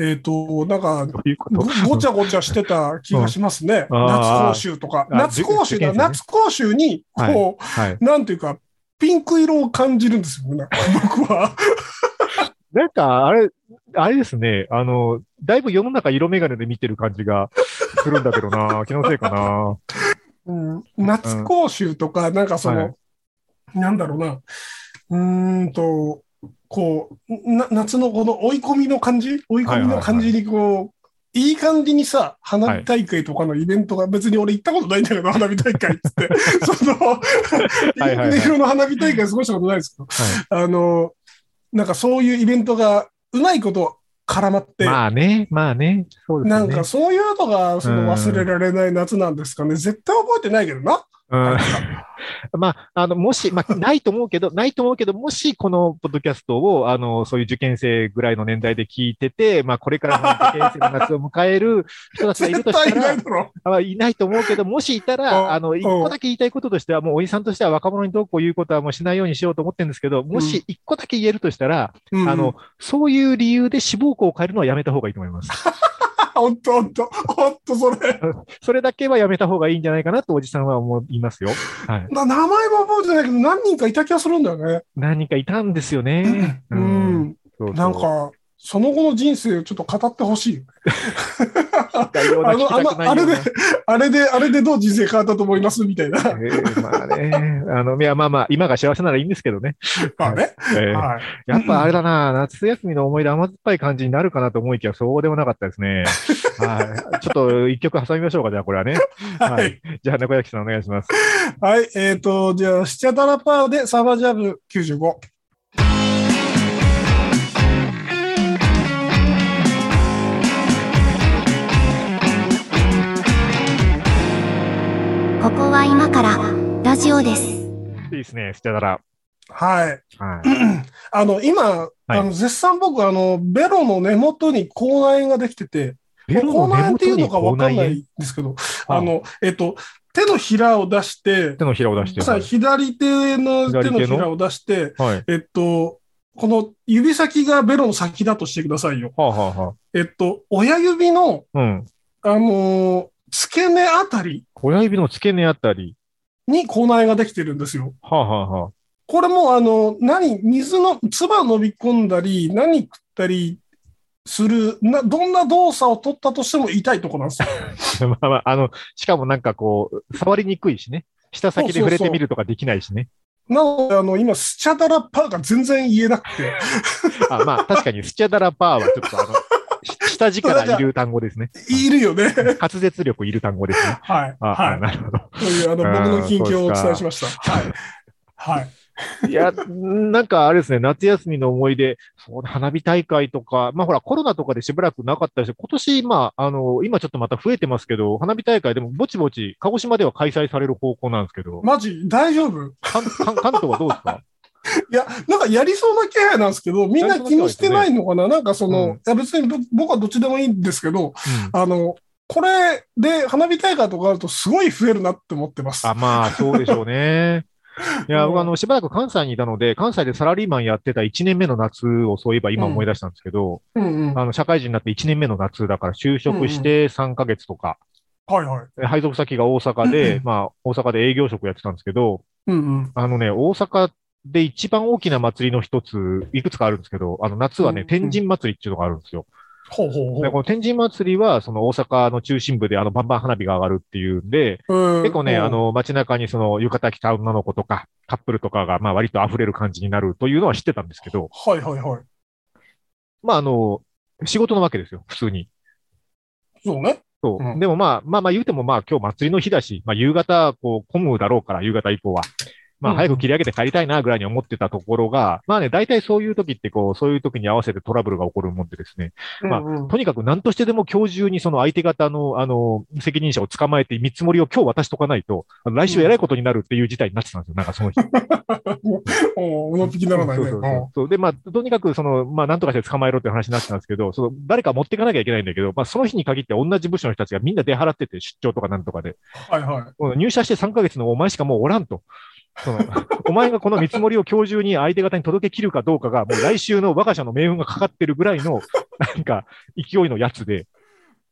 [SPEAKER 3] えっ、と、なんか、
[SPEAKER 2] どういうこ
[SPEAKER 3] ご
[SPEAKER 2] と
[SPEAKER 3] ごちゃごちゃしてた気がしますね。
[SPEAKER 2] うんあー
[SPEAKER 3] 夏講習とか。
[SPEAKER 2] あ
[SPEAKER 3] 夏講習だ。
[SPEAKER 2] 受験生ね
[SPEAKER 3] 夏講習に、こう、
[SPEAKER 2] はい。
[SPEAKER 3] なんていうか、ピンク色を感じるんですよ、なんか僕は。
[SPEAKER 2] なんか、あれ、あれですね、あの、だいぶ世の中色眼鏡で見てる感じがするんだけど
[SPEAKER 3] (laughs)
[SPEAKER 2] な、気のせいかな。
[SPEAKER 3] うん夏講習とか、なんかその、
[SPEAKER 2] はい
[SPEAKER 3] なんだろうな、うーんと、こう、な夏のこの追い込みの感じ追い込みの感じにこう、いい感じにさ、花火大会とかのイベントが、別に俺行ったことないんだ
[SPEAKER 2] (laughs)
[SPEAKER 3] けど、花火大会っつって。その、
[SPEAKER 2] はいはい
[SPEAKER 3] インフレの花火大会過ごしたことないですけど、
[SPEAKER 2] は
[SPEAKER 3] あの、なんかそういうイベントが、うまいこと絡まって、
[SPEAKER 2] い、まあね、まあね、そうです
[SPEAKER 3] な
[SPEAKER 2] よ
[SPEAKER 3] ん
[SPEAKER 2] ね。
[SPEAKER 3] かそういうのが、その忘れられない夏なんですかね。絶対覚えてないけどな。
[SPEAKER 2] うん (laughs) まあ、あの、もし、まあ、ないと思うけど、ないと思うけど、もし、このポッドキャストを、あの、そういう受験生ぐらいの年代で聞いてて、まあ、これからの受験生の夏を迎える人たちがいる
[SPEAKER 3] 絶
[SPEAKER 2] とし
[SPEAKER 3] 対い
[SPEAKER 2] た
[SPEAKER 3] な
[SPEAKER 2] ら
[SPEAKER 3] い、だろ。
[SPEAKER 2] あいないと思うけど、もしいたら、
[SPEAKER 3] あ
[SPEAKER 2] あの、一
[SPEAKER 3] う
[SPEAKER 2] 個
[SPEAKER 3] ん
[SPEAKER 2] だけ言いたいこととしては、もうおじさんとしては若者にどうこう言うことはもうしないようにしようと思ってるんですけど、もし一個だけ言えるとしたら、
[SPEAKER 3] うん
[SPEAKER 2] あ
[SPEAKER 3] (laughs)
[SPEAKER 2] の、、そういう理由で志望校を変えるのはやめた方がいいと思います。
[SPEAKER 3] (laughs) ほんとほんと、ほんとそれ。
[SPEAKER 2] それだけはやめた方がいいんじゃないかなとおじさんは思いますよ。はい。
[SPEAKER 3] な名前も覚えてないけど、何人かいた気がするんだよね。
[SPEAKER 2] 何人かいたんですよね。
[SPEAKER 3] う
[SPEAKER 2] うん
[SPEAKER 3] ん。
[SPEAKER 2] そうそう
[SPEAKER 3] なん、か、その後の人生をちょっと語ってほしいよね。
[SPEAKER 2] だような
[SPEAKER 3] あの、あ
[SPEAKER 2] 聞きたく
[SPEAKER 3] の、
[SPEAKER 2] な
[SPEAKER 3] あ
[SPEAKER 2] いよう
[SPEAKER 3] れ
[SPEAKER 2] な
[SPEAKER 3] で、あれで、あれでどう人生変わったと思いますみたいな。
[SPEAKER 2] えーまあね。あの、いや、まあまあ、今が幸せならいいんですけどね。
[SPEAKER 3] まあね。
[SPEAKER 2] えー
[SPEAKER 3] はい。
[SPEAKER 2] やっぱあれだな、夏休みの思い出甘酸っぱい感じになるかなと思いきや、そうでもなかったです
[SPEAKER 3] (laughs)
[SPEAKER 2] ね。はい。ちょっと一曲挟みましょうか、じゃあこれはね。は
[SPEAKER 3] はいい。
[SPEAKER 2] じゃあ、猫屋敷さんお願いします。
[SPEAKER 3] はい。えっ、と、じゃあ、シチャタラパーでサーバージャブ95。
[SPEAKER 1] ここは今からラジオです。
[SPEAKER 2] いいですね、スチャダラ。
[SPEAKER 3] はい。
[SPEAKER 2] はい。
[SPEAKER 3] あの、今、
[SPEAKER 2] はい
[SPEAKER 3] あの絶賛僕、あの、ベロの根元に口内炎ができてて、
[SPEAKER 2] ベ
[SPEAKER 3] 口内炎っていうのか
[SPEAKER 2] 口
[SPEAKER 3] わかん
[SPEAKER 2] 内
[SPEAKER 3] な
[SPEAKER 2] 炎
[SPEAKER 3] いんですけど、
[SPEAKER 2] あ
[SPEAKER 3] あの、えっと、手のひらを出して、
[SPEAKER 2] 手のひらを出して
[SPEAKER 3] さ
[SPEAKER 2] る。
[SPEAKER 3] 左手の
[SPEAKER 2] 左手
[SPEAKER 3] 手
[SPEAKER 2] の
[SPEAKER 3] のひらを出して、
[SPEAKER 2] はい。はい
[SPEAKER 3] えっと、この指先がベロの先だとしてくださいよ。
[SPEAKER 2] はあ、はあは
[SPEAKER 3] えっと、親指の、
[SPEAKER 2] あ、うん。
[SPEAKER 3] あのー付け根あたり
[SPEAKER 2] 親指の付け根あたり。
[SPEAKER 3] に口内炎ができてるんですよ。
[SPEAKER 2] はあ、はあはあ、 (laughs)
[SPEAKER 3] これも、あの、何、水の、唾飲み込んだり、何食ったりする、な、どんな動作を取ったとしても痛いとこなんですよ。
[SPEAKER 2] まあまあ、あの、しかもなんかこう、触りにくいしね。舌先で触れてみるとかできないしね。
[SPEAKER 3] なので、あの、今、スチャダラパーが全然言えなくて、
[SPEAKER 2] あまあ、確かに、スチャダラパーはちょっとあ
[SPEAKER 3] (laughs)
[SPEAKER 2] の、し下地からいる単語ですね。
[SPEAKER 3] いるよね。
[SPEAKER 2] 滑舌力いる単語ですね。
[SPEAKER 3] はい。
[SPEAKER 2] あ、あ
[SPEAKER 3] は
[SPEAKER 2] なるほど。
[SPEAKER 3] い。という、あの、
[SPEAKER 2] うん
[SPEAKER 3] 僕の近況をお伝えしました。はい。はい。
[SPEAKER 2] いや、なんかあれですね、夏休みの思い出、そう花火大会とか、まあほら、コロナとかでしばらくなかったし、今年、まあ、あの、今ちょっとまた増えてますけど、花火大会でもぼちぼち、鹿児島では開催される方向なんですけど、
[SPEAKER 3] マジ大丈夫
[SPEAKER 2] 関関関東はどうですか
[SPEAKER 3] いや、なんかやりそうな気配なんですけど、みんな気にしてないのかななんかその、
[SPEAKER 2] うん
[SPEAKER 3] いや別にぼ僕はどっちでもいいんですけ
[SPEAKER 2] う
[SPEAKER 3] ど、
[SPEAKER 2] ん
[SPEAKER 3] あの、これで花火大会とかあるとすごい増えるなって思ってます。
[SPEAKER 2] あ、まあ、そうでしょう (laughs) ね。いや、
[SPEAKER 3] うん
[SPEAKER 2] 僕、あの、しばらく関西にいたので、関西でサラリーマンやってた1年目の夏をそういえば今思い出したんですけど、
[SPEAKER 3] うんうん。は
[SPEAKER 2] あの、社会人になって1年目の夏だから就職して3ヶ月とか、
[SPEAKER 3] いはい。
[SPEAKER 2] 配属先が大阪
[SPEAKER 3] うん
[SPEAKER 2] で
[SPEAKER 3] う、ん
[SPEAKER 2] まあ、大阪で営業職やってたんですけど、
[SPEAKER 3] うんうん。
[SPEAKER 2] あのね、大阪で一番大きな祭りの一つ、いくつかあるんですけど、あの、夏はね、
[SPEAKER 3] うん
[SPEAKER 2] 天神祭りっていうのがあるんですよ。
[SPEAKER 3] ほうほう
[SPEAKER 2] でこ
[SPEAKER 3] ほ
[SPEAKER 2] の天神祭りは、その大阪の中心部で、あの、バンバン花火が上がるっていうんで、
[SPEAKER 3] う。うん
[SPEAKER 2] 結構ね、
[SPEAKER 3] うん
[SPEAKER 2] あの、街中にその浴衣着た女の子とか、カップルとかが、まあ割と溢れる感じになるというのは知ってたんですけど、
[SPEAKER 3] はいはいはい。
[SPEAKER 2] まああの、仕事なわけですよ、普通に。
[SPEAKER 3] そうね。
[SPEAKER 2] そう。
[SPEAKER 3] うん
[SPEAKER 2] でもまあ、まあまあ言うてもまあ今日祭りの日だし、まあ夕方、こう、混むだろうから、夕方以降は。まあ、
[SPEAKER 3] うん
[SPEAKER 2] 早く切り上げて帰りたいな、ぐらいに思ってたところが、まあね、大体そういう時って、こう、そういう時に合わせてトラブルが起こるもんでですね、まあ
[SPEAKER 3] うんうん
[SPEAKER 2] とにかく何としてでも今日中にその相手方の、あの、責任者を捕まえて見積もりを今日渡しとかないと、あの来週えらいことになるっていう事態になってたんですよ、なんかその日。
[SPEAKER 3] (laughs) おう、うのぴきならないね。
[SPEAKER 2] そうそううそうそうで、まあ、とにかく、その、まあ、なんとかして捕まえろって話になってたんですけど、その、誰か持っていかなきゃいけないんだけど、まあ、その日に限って同じ部署の人たちがみんな出払ってて、出張とかなんとかで、
[SPEAKER 3] んはいはい。
[SPEAKER 2] この入社して3ヶ月のお前しかもうおらんと。その (laughs) お前がこの見積もりを今日中に相手方に届けきるかどうかが、もう来週の我が社の命運がかかってるぐらいの、なんか、勢いのやつで、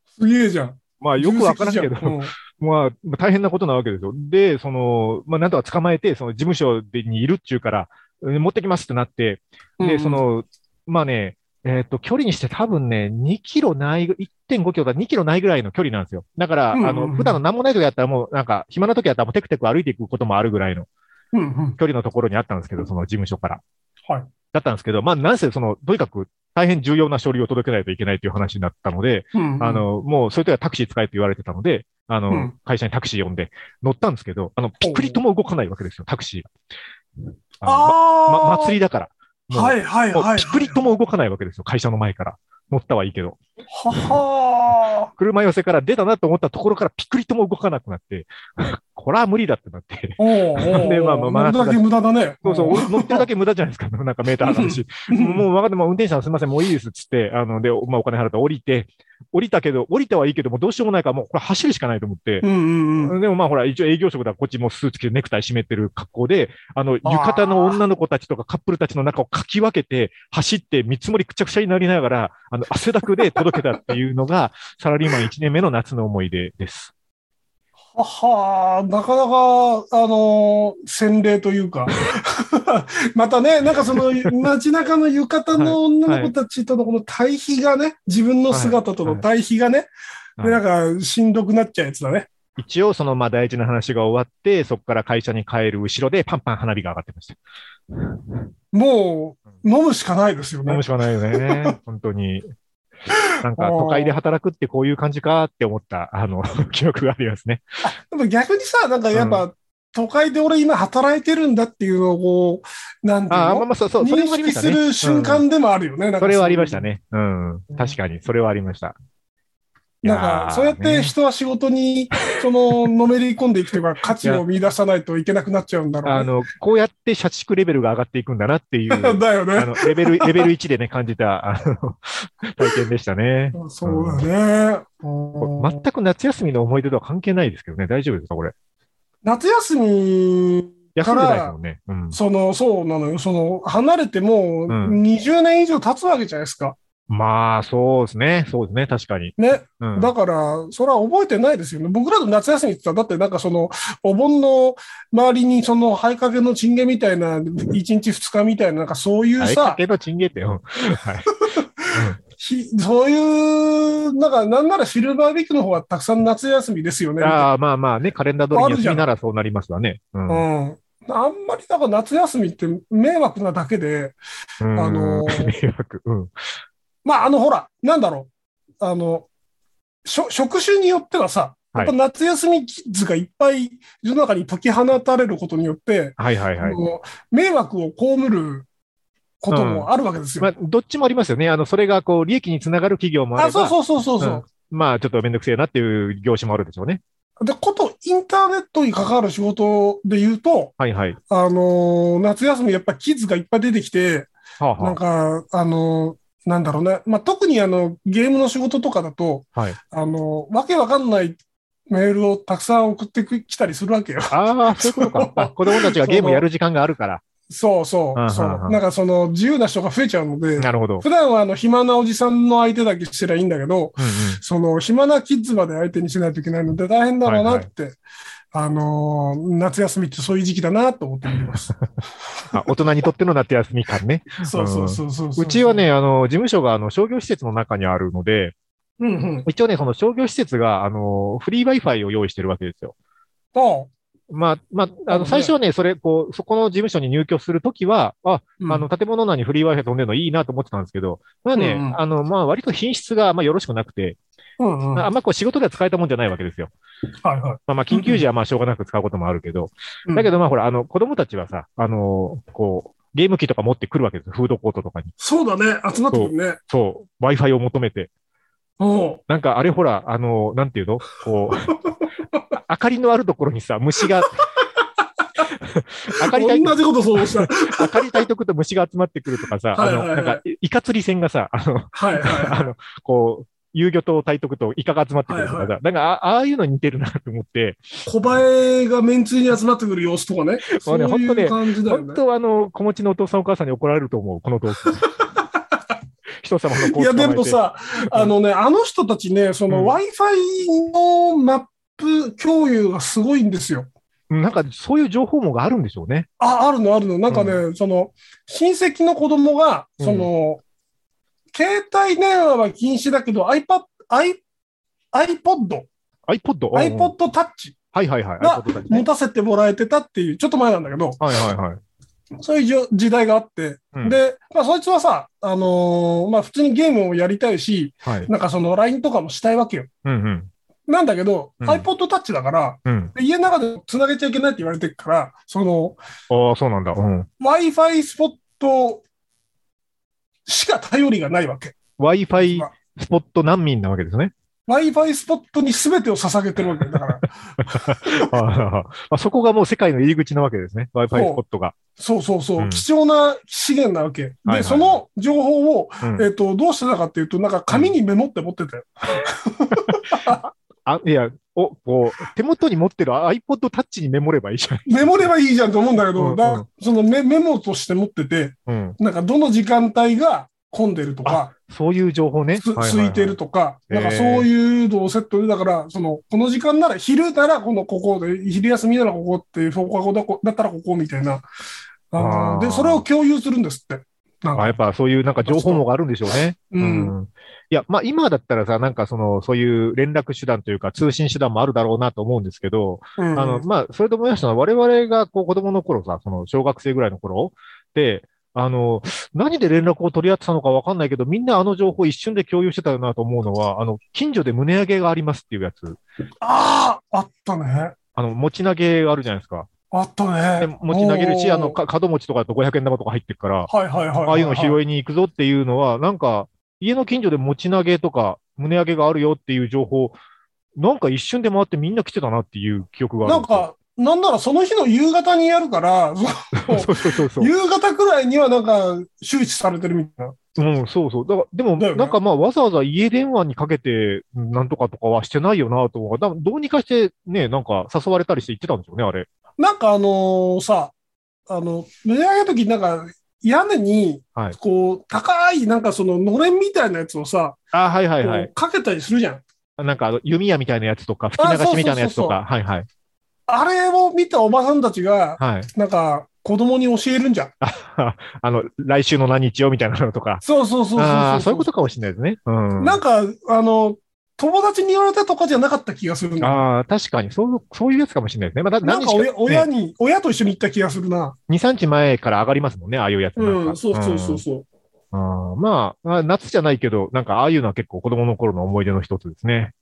[SPEAKER 3] すげえじゃん。
[SPEAKER 2] まあ、よくわからんけ
[SPEAKER 3] 重
[SPEAKER 2] ど
[SPEAKER 3] 責じ、ゃんうん
[SPEAKER 2] (laughs) まあ、まあ大変なことなわけですよ。で、その、まあ、なんとか捕まえて、その事務所でにいるっちゅうから、うん持ってきますってなって、
[SPEAKER 3] う
[SPEAKER 2] で、
[SPEAKER 3] ん
[SPEAKER 2] その、まあね、えっ、と、距離にして多分ね、2キロない、1.5キロだ、2キロないぐらいの距離なんですよ。だから、
[SPEAKER 3] うんうん
[SPEAKER 2] あの、普段の何もない時だったらもう、なんか、暇な時だったらもうテクテク歩いていくこともあるぐらいの
[SPEAKER 3] うんうん。
[SPEAKER 2] 距離のところにあったんですけど、その事務所から。
[SPEAKER 3] はい。
[SPEAKER 2] だったんですけど、まあ、なんせ、その、とにかく大変重要な書類を届けないといけないという話になったので、
[SPEAKER 3] うんうん
[SPEAKER 2] あ、の、もう、それとはタクシー使えと言われてたので、あの、
[SPEAKER 3] うん
[SPEAKER 2] 会社にタクシー呼んで乗ったんですけど、あの、ピクリとも動かないわけですよ、タクシーが。あ
[SPEAKER 3] あ
[SPEAKER 2] の
[SPEAKER 3] あ、
[SPEAKER 2] ま、祭りだから。もう
[SPEAKER 3] はいはい
[SPEAKER 2] もう
[SPEAKER 3] はい。
[SPEAKER 2] ピクリとも動かないわけですよ、会社の前から。乗ったはいいけど。
[SPEAKER 3] はは
[SPEAKER 2] 車寄せから出たなと思ったところからピクリとも動かなくなって、 (laughs) これは無理だってなって。
[SPEAKER 3] ー。おうおう。
[SPEAKER 2] (laughs) でまあまあまあ
[SPEAKER 3] 乗るだけ無駄だね。
[SPEAKER 2] そうそう、乗ってるだけ無駄じゃないですか、 (laughs) なんかメーターの話。もう分かって、もう運転手さんすみません、もういいですっつって、あの、で、まあお金払って降りて、降りたけど、降りたはいいけど、もうどうしようもないから、もうこれ走るしかないと思って、
[SPEAKER 3] うんうんうん。
[SPEAKER 2] でもまあほら、一応営業職だからこっちもスーツ着てネクタイ締めてる格好で、あの、浴衣の女の子たちとかカップルたちの中をかき分けて、走って見積もりくちゃくちゃになりながら、あの、汗だくで届けたっていうのが、 (laughs) サラリーマン1年目の夏の思い出です。
[SPEAKER 3] ははなかなか、あのー洗礼というか。 (laughs) またね、なんかその、街中の浴衣の女の子たちとのこの対比がね、自分の姿との対比がね、
[SPEAKER 2] はい
[SPEAKER 3] で、なんか、しんどくなっちゃうやつだね。
[SPEAKER 2] 一応、その、まあ大事な話が終わって、そこから会社に帰る後ろでパンパン花火が上がってました。
[SPEAKER 3] もう、飲むしかないですよ
[SPEAKER 2] 何
[SPEAKER 3] ね
[SPEAKER 2] も。しかないよね。本当
[SPEAKER 3] (laughs)
[SPEAKER 2] に。なんか、都会で働くってこういう感じかって思った、あの、 (laughs) 記憶がありますね。
[SPEAKER 3] でも逆にさ、なんかやっぱ、都会で俺今働いてるんだっていうのをこう、なんていう
[SPEAKER 2] ああ、まあ
[SPEAKER 3] の
[SPEAKER 2] まあ、そう、そう、それ
[SPEAKER 3] 認
[SPEAKER 2] もありま
[SPEAKER 3] 識
[SPEAKER 2] した
[SPEAKER 3] す
[SPEAKER 2] ね。
[SPEAKER 3] る瞬間でもあるよね。なんか
[SPEAKER 2] それはありました
[SPEAKER 3] ね
[SPEAKER 2] ね。うん。確かに、それはありました。
[SPEAKER 3] なんか、そうやって人は仕事に、
[SPEAKER 2] (laughs)
[SPEAKER 3] その、のめり込んでいくというか、価値を見出さないといけなくなっちゃうんだろ
[SPEAKER 2] あ
[SPEAKER 3] うね。
[SPEAKER 2] の、こうやって社畜レベルが上がっていくんだなって
[SPEAKER 3] (laughs)
[SPEAKER 2] いう、
[SPEAKER 3] だよ
[SPEAKER 2] あ
[SPEAKER 3] ね。
[SPEAKER 2] の、レベル、レベル1でね、感じた、あの、体験でしたね。
[SPEAKER 3] そうだね。
[SPEAKER 2] これ全く夏休みの思い出とは関係ないですけどね、大丈夫ですか、これ。
[SPEAKER 3] 夏休み、
[SPEAKER 2] 休んでないですもんね。うん。
[SPEAKER 3] その、そうなのよ。その、離れてもう
[SPEAKER 2] うん
[SPEAKER 3] 20年以上経つわけじゃないですか。
[SPEAKER 2] まあ、そうですね。そうですね、確かに。
[SPEAKER 3] ね。
[SPEAKER 2] うん。
[SPEAKER 3] だから、それは覚えてないですよね。僕らの夏休みって言ったら、だってなんかその、お盆の周りにその、灰掛けのチンゲみたいな、1日2日みたいな、なんかそういう
[SPEAKER 2] あれ
[SPEAKER 3] さ
[SPEAKER 2] か、けどチンゲってよ。はい。
[SPEAKER 3] ひそういう、なんか、なんならシルバーウィークの方がたくさん夏休みですよね。
[SPEAKER 2] ああ、まあまあね、カレンダー通りに休みならそうなりますわね。うん。
[SPEAKER 3] う
[SPEAKER 2] うん
[SPEAKER 3] ん。あんまり、だから夏休みって迷惑なだけで、あのー
[SPEAKER 2] (laughs) 迷惑。うん。
[SPEAKER 3] まあ、あの、ほら、なんだろう。あの、しょ職種によってはさ、や
[SPEAKER 2] はい
[SPEAKER 3] っぱ夏休みキッズがいっぱい世の中に解き放たれることによって、
[SPEAKER 2] はいはいはい
[SPEAKER 3] あ。の迷惑を被ることもあるわけですよ。
[SPEAKER 2] まあ、どっちもありますよね。あの、それが、こう、利益につながる企業もあれば、
[SPEAKER 3] あ、そうそうそうそうそう。
[SPEAKER 2] まあ、ちょっとめんどくせえなっていう業種もあるでしょうね。
[SPEAKER 3] で、こと、インターネットに関わる仕事で言うと、
[SPEAKER 2] はいはい。
[SPEAKER 3] あのー夏休みやっぱキッズがいっぱい出てきて、
[SPEAKER 2] はあ、
[SPEAKER 3] な
[SPEAKER 2] は
[SPEAKER 3] んか、あのーなんだろうね。まあ、特にあの、ゲームの仕事とかだと、
[SPEAKER 2] はい
[SPEAKER 3] あのーわけわかんないメールをたくさん送ってき来たりするわけよ。 (laughs)
[SPEAKER 2] あ。ああ、そういうことか。あ子供たちがゲームやる時間があるから。
[SPEAKER 3] そうそ
[SPEAKER 2] うんうんう
[SPEAKER 3] う、
[SPEAKER 2] ん
[SPEAKER 3] そう。なんかその、自由な人が増えちゃうので、
[SPEAKER 2] なるほど。
[SPEAKER 3] 普段はあの、暇なおじさんの相手だけしてりゃいいんだけど、
[SPEAKER 2] うんうん。
[SPEAKER 3] その、暇なキッズまで相手にしないといけないので大変だろうなって、あのー夏休みってそういう時期だなと思って見てます。
[SPEAKER 2] あ大人にとっての夏休み感ね。
[SPEAKER 3] (laughs) そうそうそうそうそう
[SPEAKER 2] うちは、ね、あの、事務所が、あの、商業施設の中にあるので、
[SPEAKER 3] うんうん。
[SPEAKER 2] 一応ね、その商業施設が、あの、フリー Wi-Fi を用意してるわけですよ。
[SPEAKER 3] と、
[SPEAKER 2] まあ、まあ、あの、最初はね、それ、こう、そこの事務所に入居するときは、あ、
[SPEAKER 3] うん
[SPEAKER 2] あの、建物内にフリー Wi-Fi 飛んでるのいいなと思ってたんですけど、まあね、
[SPEAKER 3] うんうん
[SPEAKER 2] あの、まあ、割と品質があんまよろしくなくて、
[SPEAKER 3] うんうん。
[SPEAKER 2] まああんまこう仕事では使えたもんじゃないわけですよ。
[SPEAKER 3] はいはい。
[SPEAKER 2] まあまあ緊急時はまあしょうがなく使うこともあるけど、
[SPEAKER 3] うん
[SPEAKER 2] だけどまあほら、あの、子供たちはさ、あのーこう、ゲーム機とか持ってくるわけですよ。フードコートとかに。
[SPEAKER 3] そうだね。集まってくるね。
[SPEAKER 2] そう。Wi-Fi を求めて。
[SPEAKER 3] おう
[SPEAKER 2] なんかあれほら、あのーなんていうのこう、あ明かりのあるところにさ、虫
[SPEAKER 3] (laughs)
[SPEAKER 2] が、明かりたい、
[SPEAKER 3] 同じこと想像した。
[SPEAKER 2] 明かりたいとこと虫が集まってくるとかさ、あ
[SPEAKER 3] はい
[SPEAKER 2] の、
[SPEAKER 3] はいは
[SPEAKER 2] ないんか、イカ釣り船がさ、あの、
[SPEAKER 3] はいはい
[SPEAKER 2] (laughs) あ
[SPEAKER 3] は
[SPEAKER 2] の、こう、遊漁と体得とイカが集まってくるとか
[SPEAKER 3] はい
[SPEAKER 2] さ、なんかあ、ああいうのに似てるなと思って、
[SPEAKER 3] い。小映えがめんつゆに集まってくる様子とかね。そう
[SPEAKER 2] ね
[SPEAKER 3] い
[SPEAKER 2] ほんとね
[SPEAKER 3] う感じだよ
[SPEAKER 2] 本
[SPEAKER 3] ね。
[SPEAKER 2] 当はあの、子持ちのお父さんお母さんに怒られると思う、この動
[SPEAKER 3] (laughs)
[SPEAKER 2] 機。人様の子
[SPEAKER 3] い
[SPEAKER 2] を
[SPEAKER 3] や、
[SPEAKER 2] 捕まえ
[SPEAKER 3] で
[SPEAKER 2] て
[SPEAKER 3] も、さ、あのね、あの人たちね、その
[SPEAKER 2] うん
[SPEAKER 3] Wi-Fi のマップ共有がすごいんですよ。
[SPEAKER 2] なんかそういう情報網があるんでしょうね。
[SPEAKER 3] あ、あるのあるの。なんかね、その、親戚の子供が、
[SPEAKER 2] うん
[SPEAKER 3] その、携帯電話は禁止だけど、iPad、i、iPod、
[SPEAKER 2] iPod。うん
[SPEAKER 3] iPod Touch
[SPEAKER 2] はいはいはい。
[SPEAKER 3] が
[SPEAKER 2] iPod たちね
[SPEAKER 3] 持たせてもらえてたっていう、ちょっと前なんだけど、
[SPEAKER 2] はいはいはい。
[SPEAKER 3] そういうじょ時代があって、
[SPEAKER 2] うん、
[SPEAKER 3] で、まあ、そいつはさ、あのーまあ、普通にゲームをやりたいし、
[SPEAKER 2] はい。
[SPEAKER 3] なんかその LINE とかもしたいわけよ。
[SPEAKER 2] うんうん。
[SPEAKER 3] なんだけど、
[SPEAKER 2] うん
[SPEAKER 3] iPod Touch だから、
[SPEAKER 2] うん。
[SPEAKER 3] で家の中で繋げちゃいけないって言われてるから、その、
[SPEAKER 2] ああ、そうなんだ。うん。
[SPEAKER 3] Wi-Fi スポットしか頼りがないわけ。
[SPEAKER 2] Wi-Fi スポット難民なわけです
[SPEAKER 3] (laughs)
[SPEAKER 2] ね。
[SPEAKER 3] Wi-Fi スポットに全てを捧げてるわけだから。 (laughs)
[SPEAKER 2] ああまあ、そこがもう世界の入り口なわけですね。Wi-Fi スポットが。
[SPEAKER 3] そうそうそう、
[SPEAKER 2] うん
[SPEAKER 3] 貴重な資源なわけ。で、
[SPEAKER 2] はいはい
[SPEAKER 3] その情報を、
[SPEAKER 2] うん
[SPEAKER 3] えっ、と、どうしてたかっていうと、なんか紙にメモって持ってたよ。
[SPEAKER 2] あいや、お、こう、手元に持ってる iPod Touch にメモればいいじゃん。
[SPEAKER 3] メモればいいじゃんと思うんだけど、
[SPEAKER 2] うんうん
[SPEAKER 3] だそのメメモとして持ってて、
[SPEAKER 2] うん。
[SPEAKER 3] なんかどの時間帯が混んでるとか、
[SPEAKER 2] そういう情報ね。
[SPEAKER 3] す空いてるとか、
[SPEAKER 2] へー
[SPEAKER 3] なんかそういうのをセットで、だから、その、この時間なら、昼ならこのここで、昼休みならここって、放課後だこだったらここみたいな。あ
[SPEAKER 2] あー
[SPEAKER 3] ーで、それを共有するんですって。なん
[SPEAKER 2] あ
[SPEAKER 3] か、
[SPEAKER 2] やっぱそういうなんか情報網があるんでしょうね。
[SPEAKER 3] うん。
[SPEAKER 2] うんいや、まあ今だったらさ、なんかその、そういう連絡手段というか通信手段もあるだろうなと思うんですけど、
[SPEAKER 3] うん
[SPEAKER 2] あの、まあそれで思い出したのは我々がこう子供の頃さ、その小学生ぐらいの頃で、あの、何で連絡を取り合ってたのかわかんないけど、みんなあの情報一瞬で共有してたよなと思うのは、あの、近所で胸上げがありますっていうやつ。
[SPEAKER 3] ああ、あったね。
[SPEAKER 2] あの、持ち投げがあるじゃないですか。
[SPEAKER 3] あった
[SPEAKER 2] で
[SPEAKER 3] ね。
[SPEAKER 2] 持ち投げるし、
[SPEAKER 3] おー
[SPEAKER 2] あの、か門持ちとかだと500円玉とか入ってるから、
[SPEAKER 3] はいはいはいはい。
[SPEAKER 2] ああいうの
[SPEAKER 3] い。
[SPEAKER 2] 拾いに行くぞっていうのは、なんか、家の近所で持ち投げとか、胸上げがあるよっていう情報、なんか一瞬で回ってみんな来てたなっていう記憶がある
[SPEAKER 3] なんか、なんならその日の夕方にやるから、
[SPEAKER 2] ですよ、 (laughs) そうそうそうそう。
[SPEAKER 3] 夕方くらいにはなんか、周知されてるみたいな。
[SPEAKER 2] うん、そうそう。だから、でも、
[SPEAKER 3] だよね
[SPEAKER 2] なんかまあ、わざわざ家電話にかけて、なんとかとかはしてないよなとか、だからどうにかしてね、なんか誘われたりして行ってたんでしょうね、あれ。
[SPEAKER 3] なんかあのさ、あの、値上げの時になんか屋根に
[SPEAKER 2] はい、
[SPEAKER 3] こう、高い、なんかそののれんみたいなやつをさ、
[SPEAKER 2] あはいはいは
[SPEAKER 3] こ
[SPEAKER 2] い。
[SPEAKER 3] うかけたりするじゃん。
[SPEAKER 2] なんかあの、弓矢みたいなやつとか、吹き流しみたいなやつとか、はいはい。
[SPEAKER 3] あれを見たおばさんたちが、
[SPEAKER 2] はい。
[SPEAKER 3] なんか子供に教えるんじゃん。
[SPEAKER 2] あの、来週の何日よみたいなのとか。
[SPEAKER 3] そうそうそうそう
[SPEAKER 2] あ
[SPEAKER 3] そ
[SPEAKER 2] あ
[SPEAKER 3] う。
[SPEAKER 2] ー、そういうことかもしれないですね。うん。
[SPEAKER 3] なんか、あの、友達に言われたとかじゃなかった気がするな。
[SPEAKER 2] ああ、確かに、そう、そういうやつかもしれないですね。まあ、だ
[SPEAKER 3] なん
[SPEAKER 2] 何
[SPEAKER 3] か
[SPEAKER 2] 日
[SPEAKER 3] 親
[SPEAKER 2] ね
[SPEAKER 3] 親に、親と一緒に行った気がするな。
[SPEAKER 2] 2、3日前から上がりますもんね、ああいうやつなんか。
[SPEAKER 3] うん、そうそうそうそう。
[SPEAKER 2] うんあーまあ、あ夏じゃないけど、なんかああいうのは結構子供の頃の思い出の一つですね。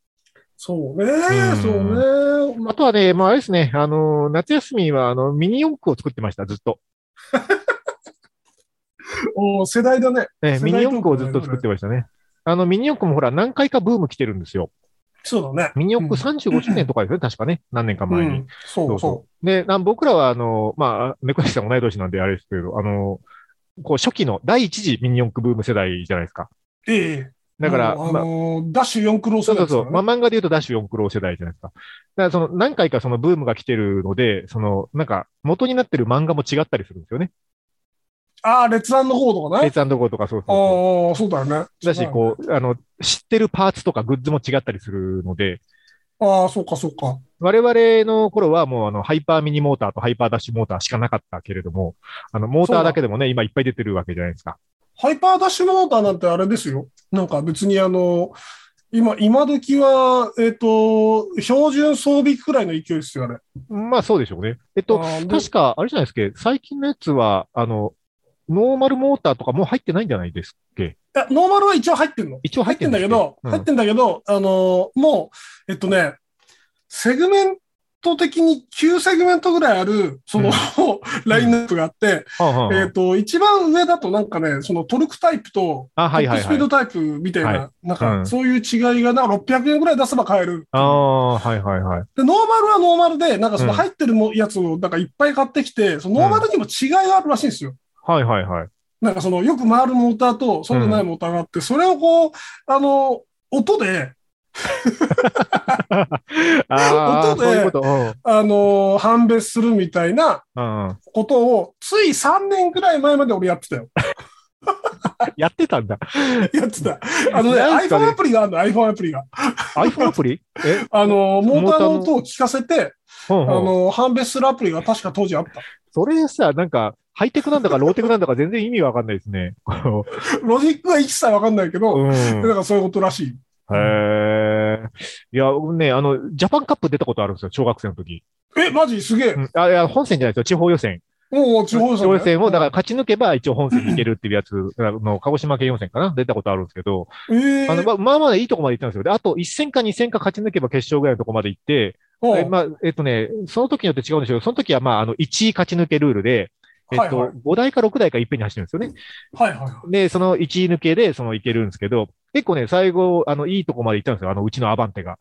[SPEAKER 3] そうね、
[SPEAKER 2] ん
[SPEAKER 3] そうね。ま
[SPEAKER 2] あとはね、まああれですね、あの、夏休みは、あの、ミニ四駆を作ってました、ずっと。
[SPEAKER 3] お世代だね。
[SPEAKER 2] ね、
[SPEAKER 3] 世代
[SPEAKER 2] ミニ四駆をずっと作ってましたね。あの、ミニ四駆もほら、何回かブーム来てるんですよ。
[SPEAKER 3] そうだね。
[SPEAKER 2] ミニ四駆35周年とかですね、確かね、何年か前に。
[SPEAKER 3] うん、そ
[SPEAKER 2] そ
[SPEAKER 3] うそうう
[SPEAKER 2] そう。で、な僕らは、あの、まあ、猫屋さん同い年なんであれですけど、あの、こう、初期の第一次ミニ四駆ブーム世代じゃないですか。
[SPEAKER 3] ええ
[SPEAKER 2] だから、
[SPEAKER 3] もうあ
[SPEAKER 2] まあ、
[SPEAKER 3] のーダッシュ四クロス
[SPEAKER 2] そう
[SPEAKER 3] 世代
[SPEAKER 2] そう
[SPEAKER 3] で
[SPEAKER 2] そ
[SPEAKER 3] すから
[SPEAKER 2] う。
[SPEAKER 3] ね
[SPEAKER 2] まあ、漫画で言うとダッシュ四クロー世代じゃないですか。だから、その、何回かそのブームが来てるので、その、なんか、元になってる漫画も違ったりするんですよね。
[SPEAKER 3] ああ、列案の方とか
[SPEAKER 2] レ
[SPEAKER 3] ね
[SPEAKER 2] イ。ツゴーとかそうそう
[SPEAKER 3] ああ
[SPEAKER 2] そう。
[SPEAKER 3] ー、そうだよね。
[SPEAKER 2] だし、こう、あの、知ってるパーツとかグッズも違ったりするので、
[SPEAKER 3] う。ああ、そうか、そうか。
[SPEAKER 2] 我々の頃はもうあの、ハイパーミニモーターとハイパーダッシュモーターしかなかったけれども、あの、モーターだけでもね、今いっぱい出てるわけじゃないですか。
[SPEAKER 3] ハイパーダッシュモーターなんてあれですよ。なんか別にあの、今、今時は、えっ、と、標準装備くらいの勢いですよ、あれ。
[SPEAKER 2] まあそうでしょうね。えっと、
[SPEAKER 3] あーで
[SPEAKER 2] 確か、あれじゃないですか、最近のやつは、あの、ノーマルモーターとかもう入ってないんじゃないですけ
[SPEAKER 3] いやノーマルは一応入ってんの。
[SPEAKER 2] 一応入
[SPEAKER 3] 入
[SPEAKER 2] っ
[SPEAKER 3] ってて
[SPEAKER 2] ん
[SPEAKER 3] ん
[SPEAKER 2] だ
[SPEAKER 3] だ
[SPEAKER 2] っけ
[SPEAKER 3] けど、
[SPEAKER 2] うん
[SPEAKER 3] 入ってんだけど、あのーもう、えっとね、セグメント的に9セグメントぐらいある、その、
[SPEAKER 2] うん
[SPEAKER 3] (laughs) ラインナップがあって、
[SPEAKER 2] はあはあ
[SPEAKER 3] えっと、一番上だとなんかね、そのトルクタイプと、
[SPEAKER 2] あ、
[SPEAKER 3] ト
[SPEAKER 2] はい
[SPEAKER 3] ッ
[SPEAKER 2] は
[SPEAKER 3] プ
[SPEAKER 2] い
[SPEAKER 3] ス
[SPEAKER 2] は
[SPEAKER 3] ピー
[SPEAKER 2] い
[SPEAKER 3] ド。タイプみたい
[SPEAKER 2] は
[SPEAKER 3] な、なん
[SPEAKER 2] うん
[SPEAKER 3] か、そういう違いが、なんか600円ぐらい出せば買える。
[SPEAKER 2] ああ、はいはいはい。
[SPEAKER 3] で、ノーマルはノーマルで、なんかその
[SPEAKER 2] うん
[SPEAKER 3] 入ってるもやつを、なんかいっぱい買ってきて、そのノーマルにも違いがあるらしいんですよ。
[SPEAKER 2] はいはいはい。
[SPEAKER 3] なんかそのよく回るモーターとそうでないモーターがあって、それをこう、あの、音で、
[SPEAKER 2] ああ、
[SPEAKER 3] 音で
[SPEAKER 2] そういうこと。うん
[SPEAKER 3] あの、判別するみたいな
[SPEAKER 2] うんうん
[SPEAKER 3] ことを、つい3年くらい前まで俺やって
[SPEAKER 2] (laughs)
[SPEAKER 3] たよ。
[SPEAKER 2] やってたんだ。
[SPEAKER 3] やってた。あのね、
[SPEAKER 2] なんすかね
[SPEAKER 3] iPhone アプリがあるの、iPhone アプリが。
[SPEAKER 2] iPhone アプリえ
[SPEAKER 3] あの、モーターの
[SPEAKER 2] モーター
[SPEAKER 3] 音を聞かせて、
[SPEAKER 2] うんう
[SPEAKER 3] あ
[SPEAKER 2] ん
[SPEAKER 3] の、判別するアプリが確か当時あった。
[SPEAKER 2] それさ、なんか、ハイテクなんだかローテクなんだか全然意味わかんないですね。こ
[SPEAKER 3] ロジックは一切わかんないけ
[SPEAKER 2] う
[SPEAKER 3] ど、
[SPEAKER 2] うん。
[SPEAKER 3] だからそういうことらしい。
[SPEAKER 2] へえ。いや、僕ね、あの、ジャパンカップ出たことあるんですよ、小学生の時。
[SPEAKER 3] え、マジすげえ
[SPEAKER 2] う。んあ、いや、本戦じゃないですよ、地方予選。
[SPEAKER 3] もう地方予
[SPEAKER 2] 地
[SPEAKER 3] 選
[SPEAKER 2] 方
[SPEAKER 3] ね、
[SPEAKER 2] 予選を、だから勝ち抜けば一応本戦に行けるっていうやつ、あの、鹿児島県予選かな出たことあるんですけど、
[SPEAKER 3] えー
[SPEAKER 2] あの、ままあまあいいとこまで行ったんですよ。で、あと1戦か2戦か勝ち抜けば決勝ぐらいのとこまで行って、
[SPEAKER 3] うん
[SPEAKER 2] えまあ、えっとね、その時によって違うんでしょうけど、その時はまあ、あの、1位勝ち抜けルールで、えっと、
[SPEAKER 3] はいはい
[SPEAKER 2] 5台か6台かいっぺんに走るんですよね。
[SPEAKER 3] はいはいは
[SPEAKER 2] で、その1位抜けで、そのいけるんですけど、結構ね、最後、あの、いいとこまで行ったんですよ。あの、うちのアバンテが。
[SPEAKER 3] い。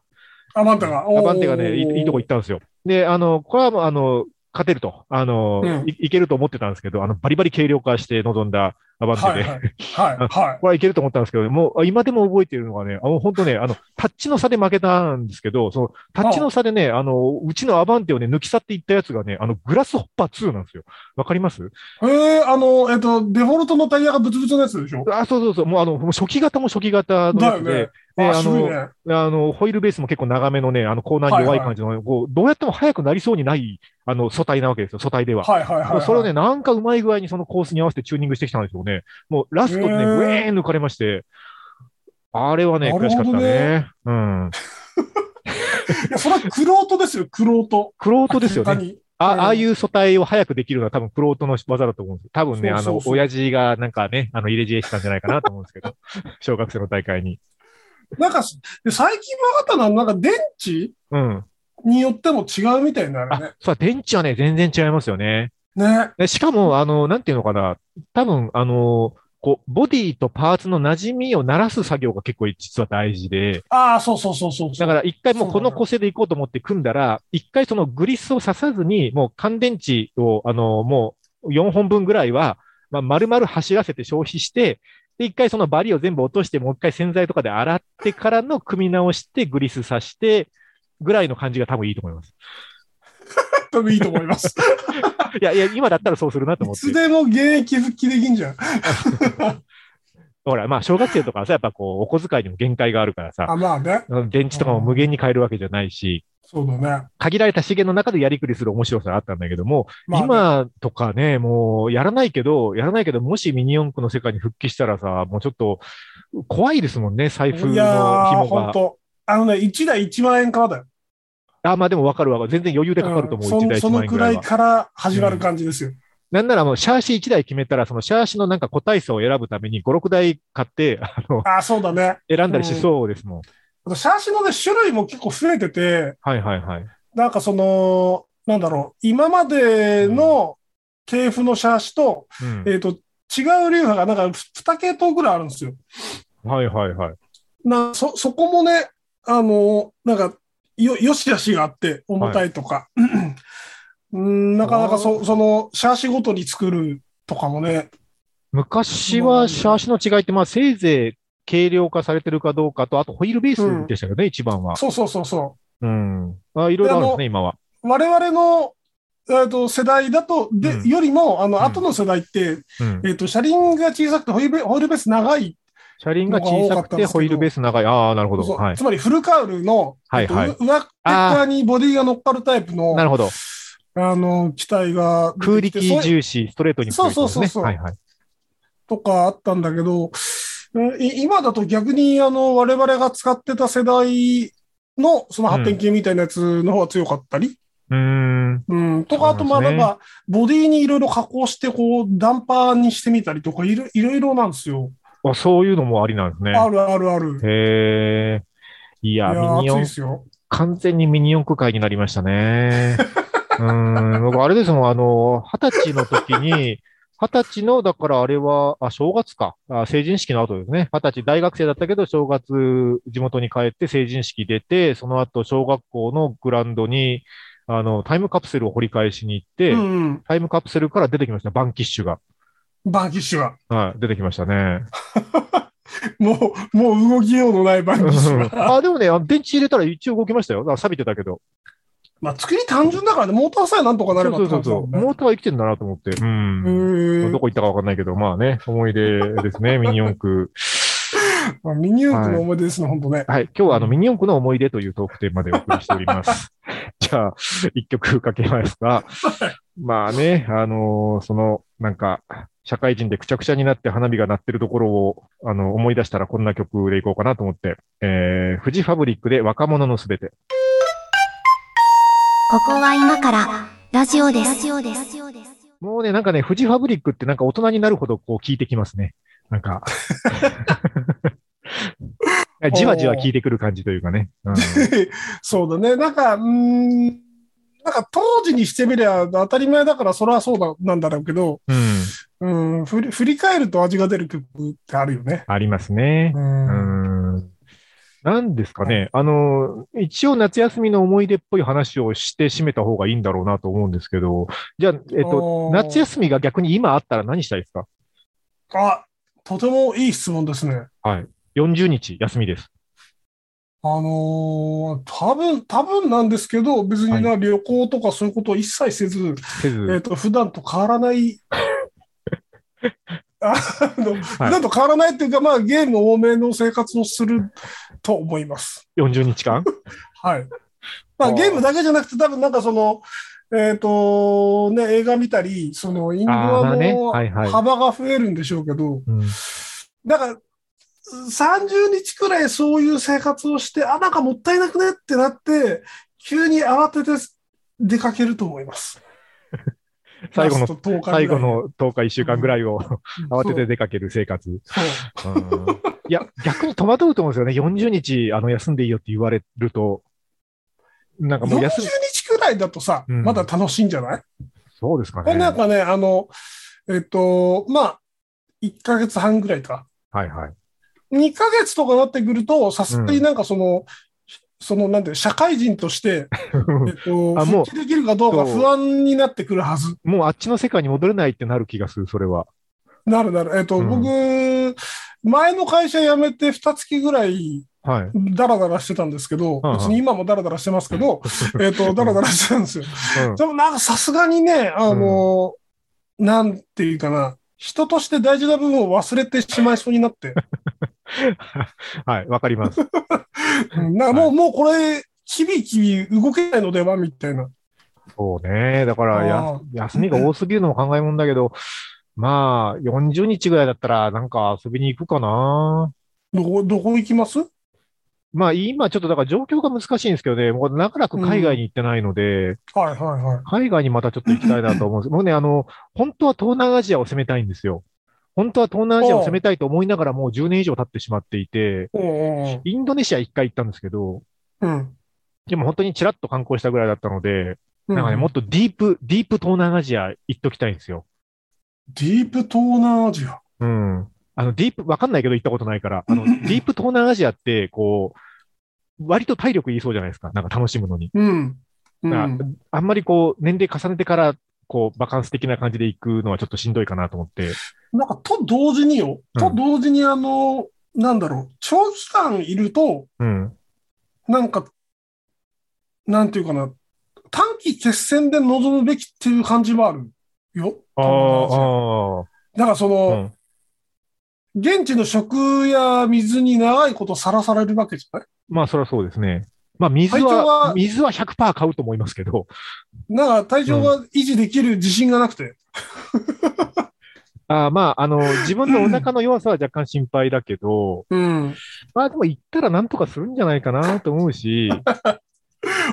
[SPEAKER 3] アバンテが。
[SPEAKER 2] アバンテがね、いいいいとこ行ったんですよ。で、あの、これはもう、あの、勝てると、あの、
[SPEAKER 3] うん
[SPEAKER 2] いいけると思ってたんですけど、あの、バリバリ軽量化して臨んだアバンテで、
[SPEAKER 3] はいはい。はいはい。
[SPEAKER 2] これはいけると思ったんですけど、もうあ今でも覚えているのがね、あの本当ね、あの、タッチの差で負けたんですけど、そのタッチの差でね、あの、うちのアバンテをね、抜き去っていったやつがね、あの、グラスホッパー2なんですよ。わかります
[SPEAKER 3] ええあの、えっと、デフォルトのタイヤがブツブツのやつでしょ
[SPEAKER 2] あ、そうそうそう、もうあの、もう初期型も初期型の
[SPEAKER 3] だ
[SPEAKER 2] や
[SPEAKER 3] よ
[SPEAKER 2] つ
[SPEAKER 3] ね
[SPEAKER 2] で、。
[SPEAKER 3] あ、
[SPEAKER 2] あ
[SPEAKER 3] 渋いね。
[SPEAKER 2] の、あの、ホイールベースも結構長めのね、あの、コーナーに弱い感じの、こう、どうやっても速くなりそうにない、あの、素体なわけですよ、素体では。
[SPEAKER 3] はいはいはいはい。
[SPEAKER 2] それをね、なんかうまい具合にそのコースに合わせてチューニングしてきたんですよね。もうラストでね、
[SPEAKER 3] へー
[SPEAKER 2] ウェーン抜かれまして、あれはね、
[SPEAKER 3] なるほど
[SPEAKER 2] 悔
[SPEAKER 3] ね
[SPEAKER 2] しかったね。うん。
[SPEAKER 3] いや、それはクロートですよ、クロート。
[SPEAKER 2] クロートですよ
[SPEAKER 3] 明ら
[SPEAKER 2] ね
[SPEAKER 3] か。に
[SPEAKER 2] あ
[SPEAKER 3] うん
[SPEAKER 2] ああいう素体を早くできるのは多分クロートの技だと思うんです多分ね、
[SPEAKER 3] そう
[SPEAKER 2] あ
[SPEAKER 3] そ
[SPEAKER 2] の
[SPEAKER 3] う、そう
[SPEAKER 2] 親父がなんかね、あの、入れ知恵したんじゃないかなと思うんですけ
[SPEAKER 3] (laughs)
[SPEAKER 2] ど、小学生の大会に。
[SPEAKER 3] なんか、で最近分かったのは、なんか電池
[SPEAKER 2] うん。
[SPEAKER 3] によっても違うみたいな
[SPEAKER 2] あ、
[SPEAKER 3] ね。
[SPEAKER 2] そう、電池はね、全然違いますよね。
[SPEAKER 3] ね。
[SPEAKER 2] でしかも、あの、なんていうのかな、多分、あの、こう、ボディとパーツの馴染みを慣らす作業が結構実は大事で、
[SPEAKER 3] ああ、そうそうそうそう。
[SPEAKER 2] だから一回もうこ
[SPEAKER 3] そうな
[SPEAKER 2] の
[SPEAKER 3] の
[SPEAKER 2] 構成でいこうと思って組んだら、一回そのグリスを刺さずに、もう乾電池を、あの、もう4本分ぐらいは、まあ、丸々走らせて消費して、で、一回そのバリを全部落として、もう一回洗剤とかで洗ってからの組み直して、グリス刺して、ぐらいの感じが多分いいと思います。
[SPEAKER 3] 多分いいと思
[SPEAKER 2] (laughs)
[SPEAKER 3] います。
[SPEAKER 2] いやいや、今だったらそうするなと
[SPEAKER 3] い
[SPEAKER 2] 思って
[SPEAKER 3] つ。でも現役復帰できんじゃん。
[SPEAKER 2] ほら、まあ、小学生と
[SPEAKER 3] (laughs)
[SPEAKER 2] かはさ、やっぱこう、お小遣いにも限界があるからさ、
[SPEAKER 3] あ、まあね。
[SPEAKER 2] 電池とかも無限に変えるわけじゃないし、
[SPEAKER 3] そうだね。
[SPEAKER 2] 限られた資源の中でやりくりする面白さがあったんだけども、
[SPEAKER 3] まあね、
[SPEAKER 2] 今とかね、もうやらないけど、やらないけど、もしミニ四駆の世界に復帰したらさ、もうちょっと怖いですもんね、財布の
[SPEAKER 3] いやー、
[SPEAKER 2] 紐
[SPEAKER 3] ほん
[SPEAKER 2] が。
[SPEAKER 3] と。あのね、1台1万円からだよ。
[SPEAKER 2] あ、まあでもわかるわかる。全然余裕でかかると
[SPEAKER 3] うん
[SPEAKER 2] 思う、
[SPEAKER 3] そ
[SPEAKER 2] 1台
[SPEAKER 3] そ
[SPEAKER 2] 1万
[SPEAKER 3] の
[SPEAKER 2] 円
[SPEAKER 3] く
[SPEAKER 2] ぐら
[SPEAKER 3] ら
[SPEAKER 2] い
[SPEAKER 3] い
[SPEAKER 2] は。
[SPEAKER 3] から始まる感じですよ。
[SPEAKER 2] なんならもうシャーシ1台決めたら、そのシャーシのなんか個体差を選ぶために5、6台買って、あの、
[SPEAKER 3] ああ、そうだね。
[SPEAKER 2] 選んだりしそうですもん。
[SPEAKER 3] あとシャーシのね、種類も結構増えてて、
[SPEAKER 2] はいはいはい。
[SPEAKER 3] なんかその、なんだろう、今までの系譜のシャーシと、
[SPEAKER 2] うん
[SPEAKER 3] えっ、と、違う流派がなんか2系統ぐらいあるんですよ。
[SPEAKER 2] はいはいはい。
[SPEAKER 3] なそ、そこもね、あの、なんか、よ、よしあしがあって、重たいとか。うん、なかなか
[SPEAKER 2] あ
[SPEAKER 3] そ、
[SPEAKER 2] ー
[SPEAKER 3] その、シャーシごとに作るとかもね、
[SPEAKER 2] 昔はシャーシの違いって、まあせいぜい軽量化されてるかどうかと、あとホイールベースでしたよね、一番は。
[SPEAKER 3] そうそうそうそう。
[SPEAKER 2] うん。あ、いろいろあるんですね、今は。
[SPEAKER 3] 我々の、えっと世代だと、で、
[SPEAKER 2] うん
[SPEAKER 3] よりも、あ
[SPEAKER 2] うん
[SPEAKER 3] の、後の世代って、
[SPEAKER 2] うん。
[SPEAKER 3] えっ、と、車輪が小さくてホイール、ホイールベース長い。
[SPEAKER 2] 車輪が小さくて、ホイールベース長い。ああ、なるほど。
[SPEAKER 3] そう
[SPEAKER 2] はい。
[SPEAKER 3] つまりフルカウルの、
[SPEAKER 2] はいはい
[SPEAKER 3] えっとう上っ側にボディが乗っかるタイプの、
[SPEAKER 2] な
[SPEAKER 3] あ
[SPEAKER 2] るほど。
[SPEAKER 3] の、機体が
[SPEAKER 2] 空
[SPEAKER 3] 出
[SPEAKER 2] 力
[SPEAKER 3] てきて、そう
[SPEAKER 2] 重視、ストレートに強いってことですね。
[SPEAKER 3] そうそうそうそう
[SPEAKER 2] はいはい。
[SPEAKER 3] とかあったんだけど、うんい今だと逆に、あの、我々が使ってた世代の、その発展系みたいなやつの方が強かったり、
[SPEAKER 2] うーん。
[SPEAKER 3] うん、とか、あと、まあ、
[SPEAKER 2] そうで
[SPEAKER 3] な
[SPEAKER 2] す
[SPEAKER 3] ん
[SPEAKER 2] ね
[SPEAKER 3] か、ボディにいろいろ加工して、こう、ダンパーにしてみたりとか、いろいろいろなんですよ。
[SPEAKER 2] あそういうのもありなんですね。
[SPEAKER 3] あるあるある。
[SPEAKER 2] へえ。い
[SPEAKER 3] い
[SPEAKER 2] や、
[SPEAKER 3] や
[SPEAKER 2] ミニ
[SPEAKER 3] ー、
[SPEAKER 2] 四
[SPEAKER 3] 暑いですよ。
[SPEAKER 2] 完全にミニ四駆会になりました
[SPEAKER 3] (laughs)
[SPEAKER 2] ね。うーん、僕、あれですもん、あの、二十歳の時に、二十歳の、だからあれは、あ、正月か。あ成人式の後ですね。二十歳、大学生だったけど、正月、地元に帰って成人式出て、その後、小学校のグラウンドに、あの、タイムカプセルを掘り返しに行って、
[SPEAKER 3] うん。
[SPEAKER 2] タイムカプセルから出てきました、バンキッシュが。
[SPEAKER 3] バンキッシュは。 (laughs)
[SPEAKER 2] はい、出てきましたね。
[SPEAKER 3] もう、もう動きようのないバンキッシュは。
[SPEAKER 2] あ、でもね、あの電池入れたら一応動きましたよ。だから錆びてたけど。
[SPEAKER 3] (laughs) まあ、作り単純だからね、モーターさえなんとかな
[SPEAKER 2] そ
[SPEAKER 3] れ
[SPEAKER 2] う
[SPEAKER 3] ば
[SPEAKER 2] そうそう
[SPEAKER 3] って
[SPEAKER 2] そう。
[SPEAKER 3] 感じだもんね
[SPEAKER 2] モーターは生きてんだなと思って。うん。
[SPEAKER 3] へー
[SPEAKER 2] どこ行ったかわかんないけど、まあね、思い出です (laughs) ね、ミニ四駆。
[SPEAKER 3] まあミニ四駆の思い出ですね、本当ね。
[SPEAKER 2] はい、今日はあのミニ四駆の思い出というトークテーマでお送りしており (laughs) ます。じゃあ、一曲かけますが、まあね、あのーその、なんか、社会人でくちゃくちゃになって花火が鳴ってるところを、あの、思い出したらこんな曲でいこうかなと思って、えー、富士ファブリックで若者のすべて。
[SPEAKER 1] ここは今からラジオです。ラジオです。
[SPEAKER 2] もうね、なんかね、富士ファブリックってなんか大人になるほどこう聞いてきますね。なん (laughs) か。じわじわ聞いてくる感じというかね。うん
[SPEAKER 3] そうだね。なんか、うーん、なんか当時にしてみりゃ当たり前だからそれはそうだなんだろうけど、
[SPEAKER 2] うん。
[SPEAKER 3] うん、振り振り返ると味が出る曲ってあるよね。
[SPEAKER 2] ありますね
[SPEAKER 3] う。。
[SPEAKER 2] うんん。なんですかね。あの、一応夏休みの思い出っぽい話をして締めた方がいいんだろうなと思うんですけど、じゃあ、えっと、
[SPEAKER 3] と
[SPEAKER 2] 夏休みが逆に今あったら何したいですか
[SPEAKER 3] み。あ、とてもいい質問ですね。
[SPEAKER 2] ?40 日休みです。
[SPEAKER 3] あのー多分、多分なんですけど、別にな、旅行とかそういうことを一切せず、
[SPEAKER 2] せ
[SPEAKER 3] えっ、
[SPEAKER 2] ず、
[SPEAKER 3] と、普段と変わ
[SPEAKER 2] (laughs)
[SPEAKER 3] らない。あの、普段と変わらないっていうか、まあ、ゲーム多めの生活をすると思います。
[SPEAKER 2] 40日間 (laughs)
[SPEAKER 3] はい。ま
[SPEAKER 2] あ
[SPEAKER 3] あ、
[SPEAKER 2] ー
[SPEAKER 3] ゲームだけじゃなくて、多分なんかその、えっ、と、ね、映画見たり、その、インド
[SPEAKER 2] ああ、ま
[SPEAKER 3] ア
[SPEAKER 2] あね。
[SPEAKER 3] の
[SPEAKER 2] はいはい。
[SPEAKER 3] 幅が増えるんでしょうけど、
[SPEAKER 2] うん
[SPEAKER 3] だから、30日くらいそういう生活をして、あ、なんかもったいなくねってなって、急に慌てて出かけると思います。
[SPEAKER 2] (laughs) 最後の
[SPEAKER 3] ラスト10日ぐらい
[SPEAKER 2] 最後の10日1週間ぐらいを慌てて出かける生活。
[SPEAKER 3] そう
[SPEAKER 2] うんいや、逆に戸惑うと思うんですよね。40日あの休んでいいよって言われると、なんかもう
[SPEAKER 3] 40
[SPEAKER 2] 休む。
[SPEAKER 3] 日くらいだとさ、
[SPEAKER 2] うん
[SPEAKER 3] まだ楽しいんじゃない、
[SPEAKER 2] そうですか
[SPEAKER 3] これ
[SPEAKER 2] ね。
[SPEAKER 3] なんかね、あの、えっと、まあ、1ヶ月半ぐらいか。
[SPEAKER 2] はいはい。
[SPEAKER 3] 2ヶ月とかなってくると、さすがになんかその、その、なんていうの社会人
[SPEAKER 2] (laughs)
[SPEAKER 3] として、えっと、
[SPEAKER 2] あもう
[SPEAKER 3] 復帰できるかどうか不安になってくるはず。
[SPEAKER 2] もうあっちの世界に戻れないってなる気がする、それは。
[SPEAKER 3] なるなる。えっと、
[SPEAKER 2] うん
[SPEAKER 3] 僕、前の会社辞めて2月ぐらい、
[SPEAKER 2] はい。
[SPEAKER 3] ダラダラしてたんですけど、
[SPEAKER 2] うんうん
[SPEAKER 3] 別に今もダラダラしてますけど、え
[SPEAKER 2] (laughs)
[SPEAKER 3] っと、ダラダラしてたんですよ。
[SPEAKER 2] うん
[SPEAKER 3] でもなんかさすがにね、あの、なんていうかな、人として大事な部分を忘れてしまいそうに
[SPEAKER 2] (laughs)
[SPEAKER 3] なって、
[SPEAKER 2] はい、わかります。
[SPEAKER 3] うんなんかもう、もうこれ、きびきび動けないのではみたいな。
[SPEAKER 2] そうね。だからや
[SPEAKER 3] あ、
[SPEAKER 2] 休みが多すぎるのも考えもんだけど、まあ、40日ぐらいだったら、なんか遊びに行くかな。
[SPEAKER 3] どこ、どこ行きます
[SPEAKER 2] まあ、今ちょっとだから状況が難しいんですけどね、もう長らく海外に行ってないので、
[SPEAKER 3] はいはいはい。
[SPEAKER 2] 海外にまたちょっと行きたいなと思うんです。もうね、あの、本当は東南アジアを攻めたいんですよ。本当は東南アジアを攻めたいと思いながらもう10年以上経ってしまっていて、
[SPEAKER 3] おう
[SPEAKER 2] インドネシア一回行ったんですけど、
[SPEAKER 3] おううん。
[SPEAKER 2] でも本当にちらっと観光したぐらいだったので、
[SPEAKER 3] うん
[SPEAKER 2] なんかね、もっとディープ、ディープ東南アジア行っときたいんですよ。
[SPEAKER 3] ディープ東南アジア。
[SPEAKER 2] うん。あの、ディープ、わかんないけど行ったことないから、あの、ディープ東南アジアって、こう、割と体力いりそうじゃないですか。なんか楽しむのに。
[SPEAKER 3] うん。う
[SPEAKER 2] だ
[SPEAKER 3] ん
[SPEAKER 2] からあんまりこう、年齢重ねてから、こう、バカンス的な感じで行くのはちょっとしんどいかなと思って。
[SPEAKER 3] なんか、と同時によ、
[SPEAKER 2] うん
[SPEAKER 3] と同時に、あの、なんだろう、長期間いると、
[SPEAKER 2] うん。
[SPEAKER 3] なんか、なんていうかな、短期決戦で臨むべきっていう感じもあるよ。
[SPEAKER 2] ああ、あ
[SPEAKER 3] だからそ
[SPEAKER 2] あ。う
[SPEAKER 3] の、
[SPEAKER 2] ん。
[SPEAKER 3] 現地の食や水に長いことさらされるわけじゃない
[SPEAKER 2] まあ、そりゃそうですね。まあ、水
[SPEAKER 3] 体調
[SPEAKER 2] は、
[SPEAKER 3] は
[SPEAKER 2] 水は100%買うと思いますけど、
[SPEAKER 3] なんか体調が維持できる自信がなくて。
[SPEAKER 2] あーまあ、あの、自分のお腹の弱さは若干心配だけど、
[SPEAKER 3] うん。
[SPEAKER 2] まあ、でも行ったらなんとかするんじゃないかなと思うし、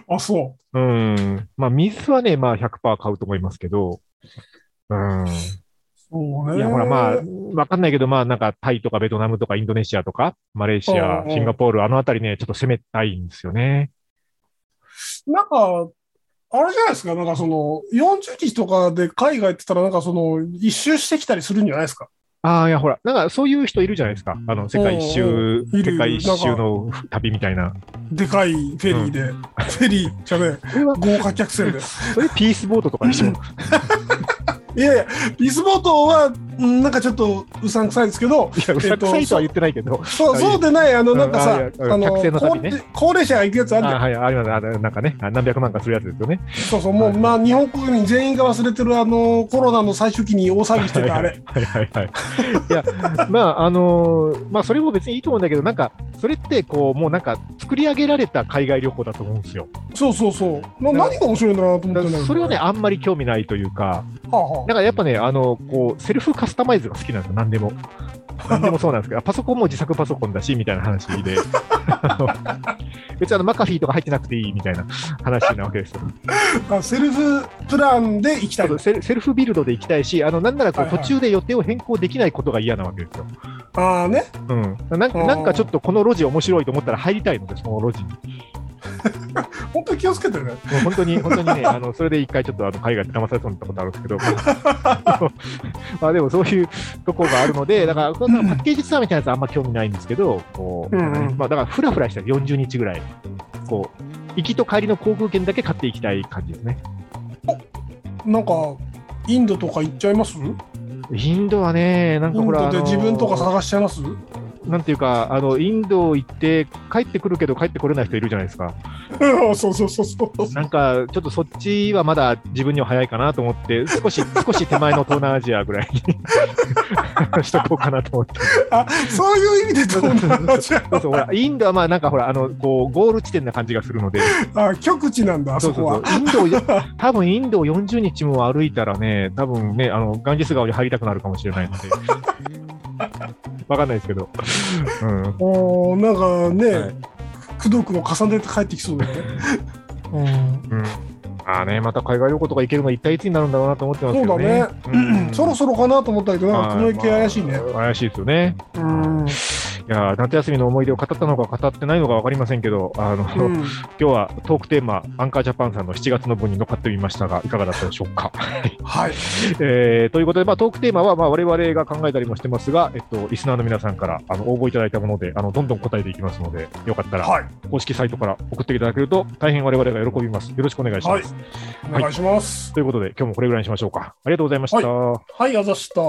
[SPEAKER 3] あ、そ
[SPEAKER 2] うん。まあ、水はね、まあ100%買うと思いますけど、うん。
[SPEAKER 3] う。そうね。
[SPEAKER 2] いや、ほら、まあ、わかんないけど、まあ、なんか、タイとかベトナムとかインドネシアとか、マレーシア
[SPEAKER 3] う、んうん
[SPEAKER 2] シンガポール、あのあたりね、ちょっと攻めたいんですよね。
[SPEAKER 3] なんか、あれじゃないですか、なんかその、40日とかで海外行ってたら、なんかその、一周してきたりするんじゃないですか。
[SPEAKER 2] ああ、いや、ほら、なんか、そういう人いるじゃないですか。あの、世界一周、
[SPEAKER 3] うんいる
[SPEAKER 2] 世界一周の旅みたいな。
[SPEAKER 3] でかいフェリーで、フェリーじゃね
[SPEAKER 2] それは、
[SPEAKER 3] え、豪華客船で。
[SPEAKER 2] それピースボートとかでしょ。
[SPEAKER 3] いやいや、リスボートは、うんなんかちょっとうさんくさいですけど、
[SPEAKER 2] いや、うさんくさいとは言ってないけど。
[SPEAKER 3] そう
[SPEAKER 2] あ
[SPEAKER 3] そうでない、あの、
[SPEAKER 2] うん
[SPEAKER 3] なんか
[SPEAKER 2] あい
[SPEAKER 3] さ
[SPEAKER 2] や、
[SPEAKER 3] あの
[SPEAKER 2] 客船の旅ね
[SPEAKER 3] 高高齢者が行くやつあるじ
[SPEAKER 2] あ
[SPEAKER 3] ゃん
[SPEAKER 2] はい、あります。あなんかね、あ何百万かするやつですよね。
[SPEAKER 3] そうそう、もう、
[SPEAKER 2] はい
[SPEAKER 3] まあ、日本国民全員が忘れてる、あの、コロナの最終期に大騒ぎしてた、あれ。
[SPEAKER 2] はいはいはい。いや、まあ、あのーまあ、それも別にいいと思うんだけど、なんか、それって、こう、もうなんか、作り上げられた海外旅行だと思うんですよ。
[SPEAKER 3] そうそうそう。な何が面白いんだろうなと思
[SPEAKER 2] だ
[SPEAKER 3] っ
[SPEAKER 2] か
[SPEAKER 3] て
[SPEAKER 2] らそれはね、、あんまり興味ないというか、
[SPEAKER 3] はあは
[SPEAKER 2] なんかやっぱね、あの、こう、セルフカスタマイズが好きなんですよ、何でも。何でもそうなんですけど、 (laughs) パソコンも自作パソコンだし、みたいな話で。 (laughs) あの別にあのマカフィーとか入ってなくていいみたいな話なわけですよ。
[SPEAKER 3] ああセルフプランで行きたい
[SPEAKER 2] あ。とセルセルフビルドで行きたいし、あのなんならこう
[SPEAKER 3] はい
[SPEAKER 2] 途
[SPEAKER 3] はい
[SPEAKER 2] 中で予定を変更できないことが嫌なわけですよ。
[SPEAKER 3] ああね。
[SPEAKER 2] うん、なんかなんかちょっとこの路地面白いと思ったら入りたいので、その路地に。も
[SPEAKER 3] 本当に気をつけてね。
[SPEAKER 2] う本当
[SPEAKER 3] (laughs)
[SPEAKER 2] に、本当にね、あのそれで一回ちょっとあの海外で騙されそうになったことあるんですけど、
[SPEAKER 3] (laughs)
[SPEAKER 2] まあでもそういうところがあるので、だから、こんなパッケージツアーみたいなやつはあんま興味ないんですけど、こう
[SPEAKER 3] うんうん
[SPEAKER 2] まあ、だからふらふらした40日ぐらい、こう行きと帰りの航空券だけ買っていきたい感じですね。
[SPEAKER 3] なんか、インドとか行っちゃいますイ
[SPEAKER 2] インドはね、なんか
[SPEAKER 3] ン
[SPEAKER 2] ほら、
[SPEAKER 3] ドで自分とか探しちゃいます (laughs)
[SPEAKER 2] なんていうか、あのインド行って、帰ってくるけど帰ってこれない人いるじゃないですか。
[SPEAKER 3] そうそうそうそう。
[SPEAKER 2] なんか、ちょっとそっちはまだ自分には早いかなと思って、少
[SPEAKER 3] (laughs)
[SPEAKER 2] し、少し手前の東南アジアぐらい
[SPEAKER 3] (laughs)
[SPEAKER 2] にしとこうかなと思って。
[SPEAKER 3] あ、そういう意味で東
[SPEAKER 2] (laughs)
[SPEAKER 3] 南アジア
[SPEAKER 2] そうそう、ほら、インドはまあなんかほら、あの、こう、ゴール地点な感じがするので、
[SPEAKER 3] あ、極地なんだ、あ
[SPEAKER 2] そ
[SPEAKER 3] そう
[SPEAKER 2] そ
[SPEAKER 3] こ
[SPEAKER 2] う
[SPEAKER 3] は。
[SPEAKER 2] そう、インドをよ、多分インドを40日も歩いたらね、多分ね、あの、ガンジス川に入りたくなるかもしれないの
[SPEAKER 3] (laughs)
[SPEAKER 2] で。わかんないですけど。うん。
[SPEAKER 3] おーなんか
[SPEAKER 2] は
[SPEAKER 3] ね
[SPEAKER 2] い、
[SPEAKER 3] くどくも重ねて帰ってきそうだ
[SPEAKER 2] (laughs)
[SPEAKER 3] よね。
[SPEAKER 2] うん。まあね、また海外旅行とか行けるのは一体いつになるんだろうなと思ってますけどね。
[SPEAKER 3] そうだね。 (clears throat) そろそろかなと思ったけど、なんか雲行き怪しい
[SPEAKER 2] は
[SPEAKER 3] ね。
[SPEAKER 2] いまあ怪しいですよね。
[SPEAKER 3] うん。
[SPEAKER 2] いやー夏休みの思い出を語ったのか語ってないのか分かりませんけど、あの、
[SPEAKER 3] うん
[SPEAKER 2] 今日はトークテーマ、アンカージャパンさんの7月の分に乗っかってみましたが、いかがだったでしょうか。 (laughs)
[SPEAKER 3] はい。
[SPEAKER 2] えーということで、まあ、トークテーマは、まあ、我々が考えたりもしてますが、えっと、リスナーの皆さんからあの応募いただいたもので、あのどんどん答えていきますので、よかったら、
[SPEAKER 3] はい。
[SPEAKER 2] 公式サイトから送っていただけると、大変我々が喜びます。よろしくお願いします。
[SPEAKER 3] はいお願いします。
[SPEAKER 2] ということで、今日もこれぐらいにしましょうか。ありがとうございました。
[SPEAKER 3] はい、あざした。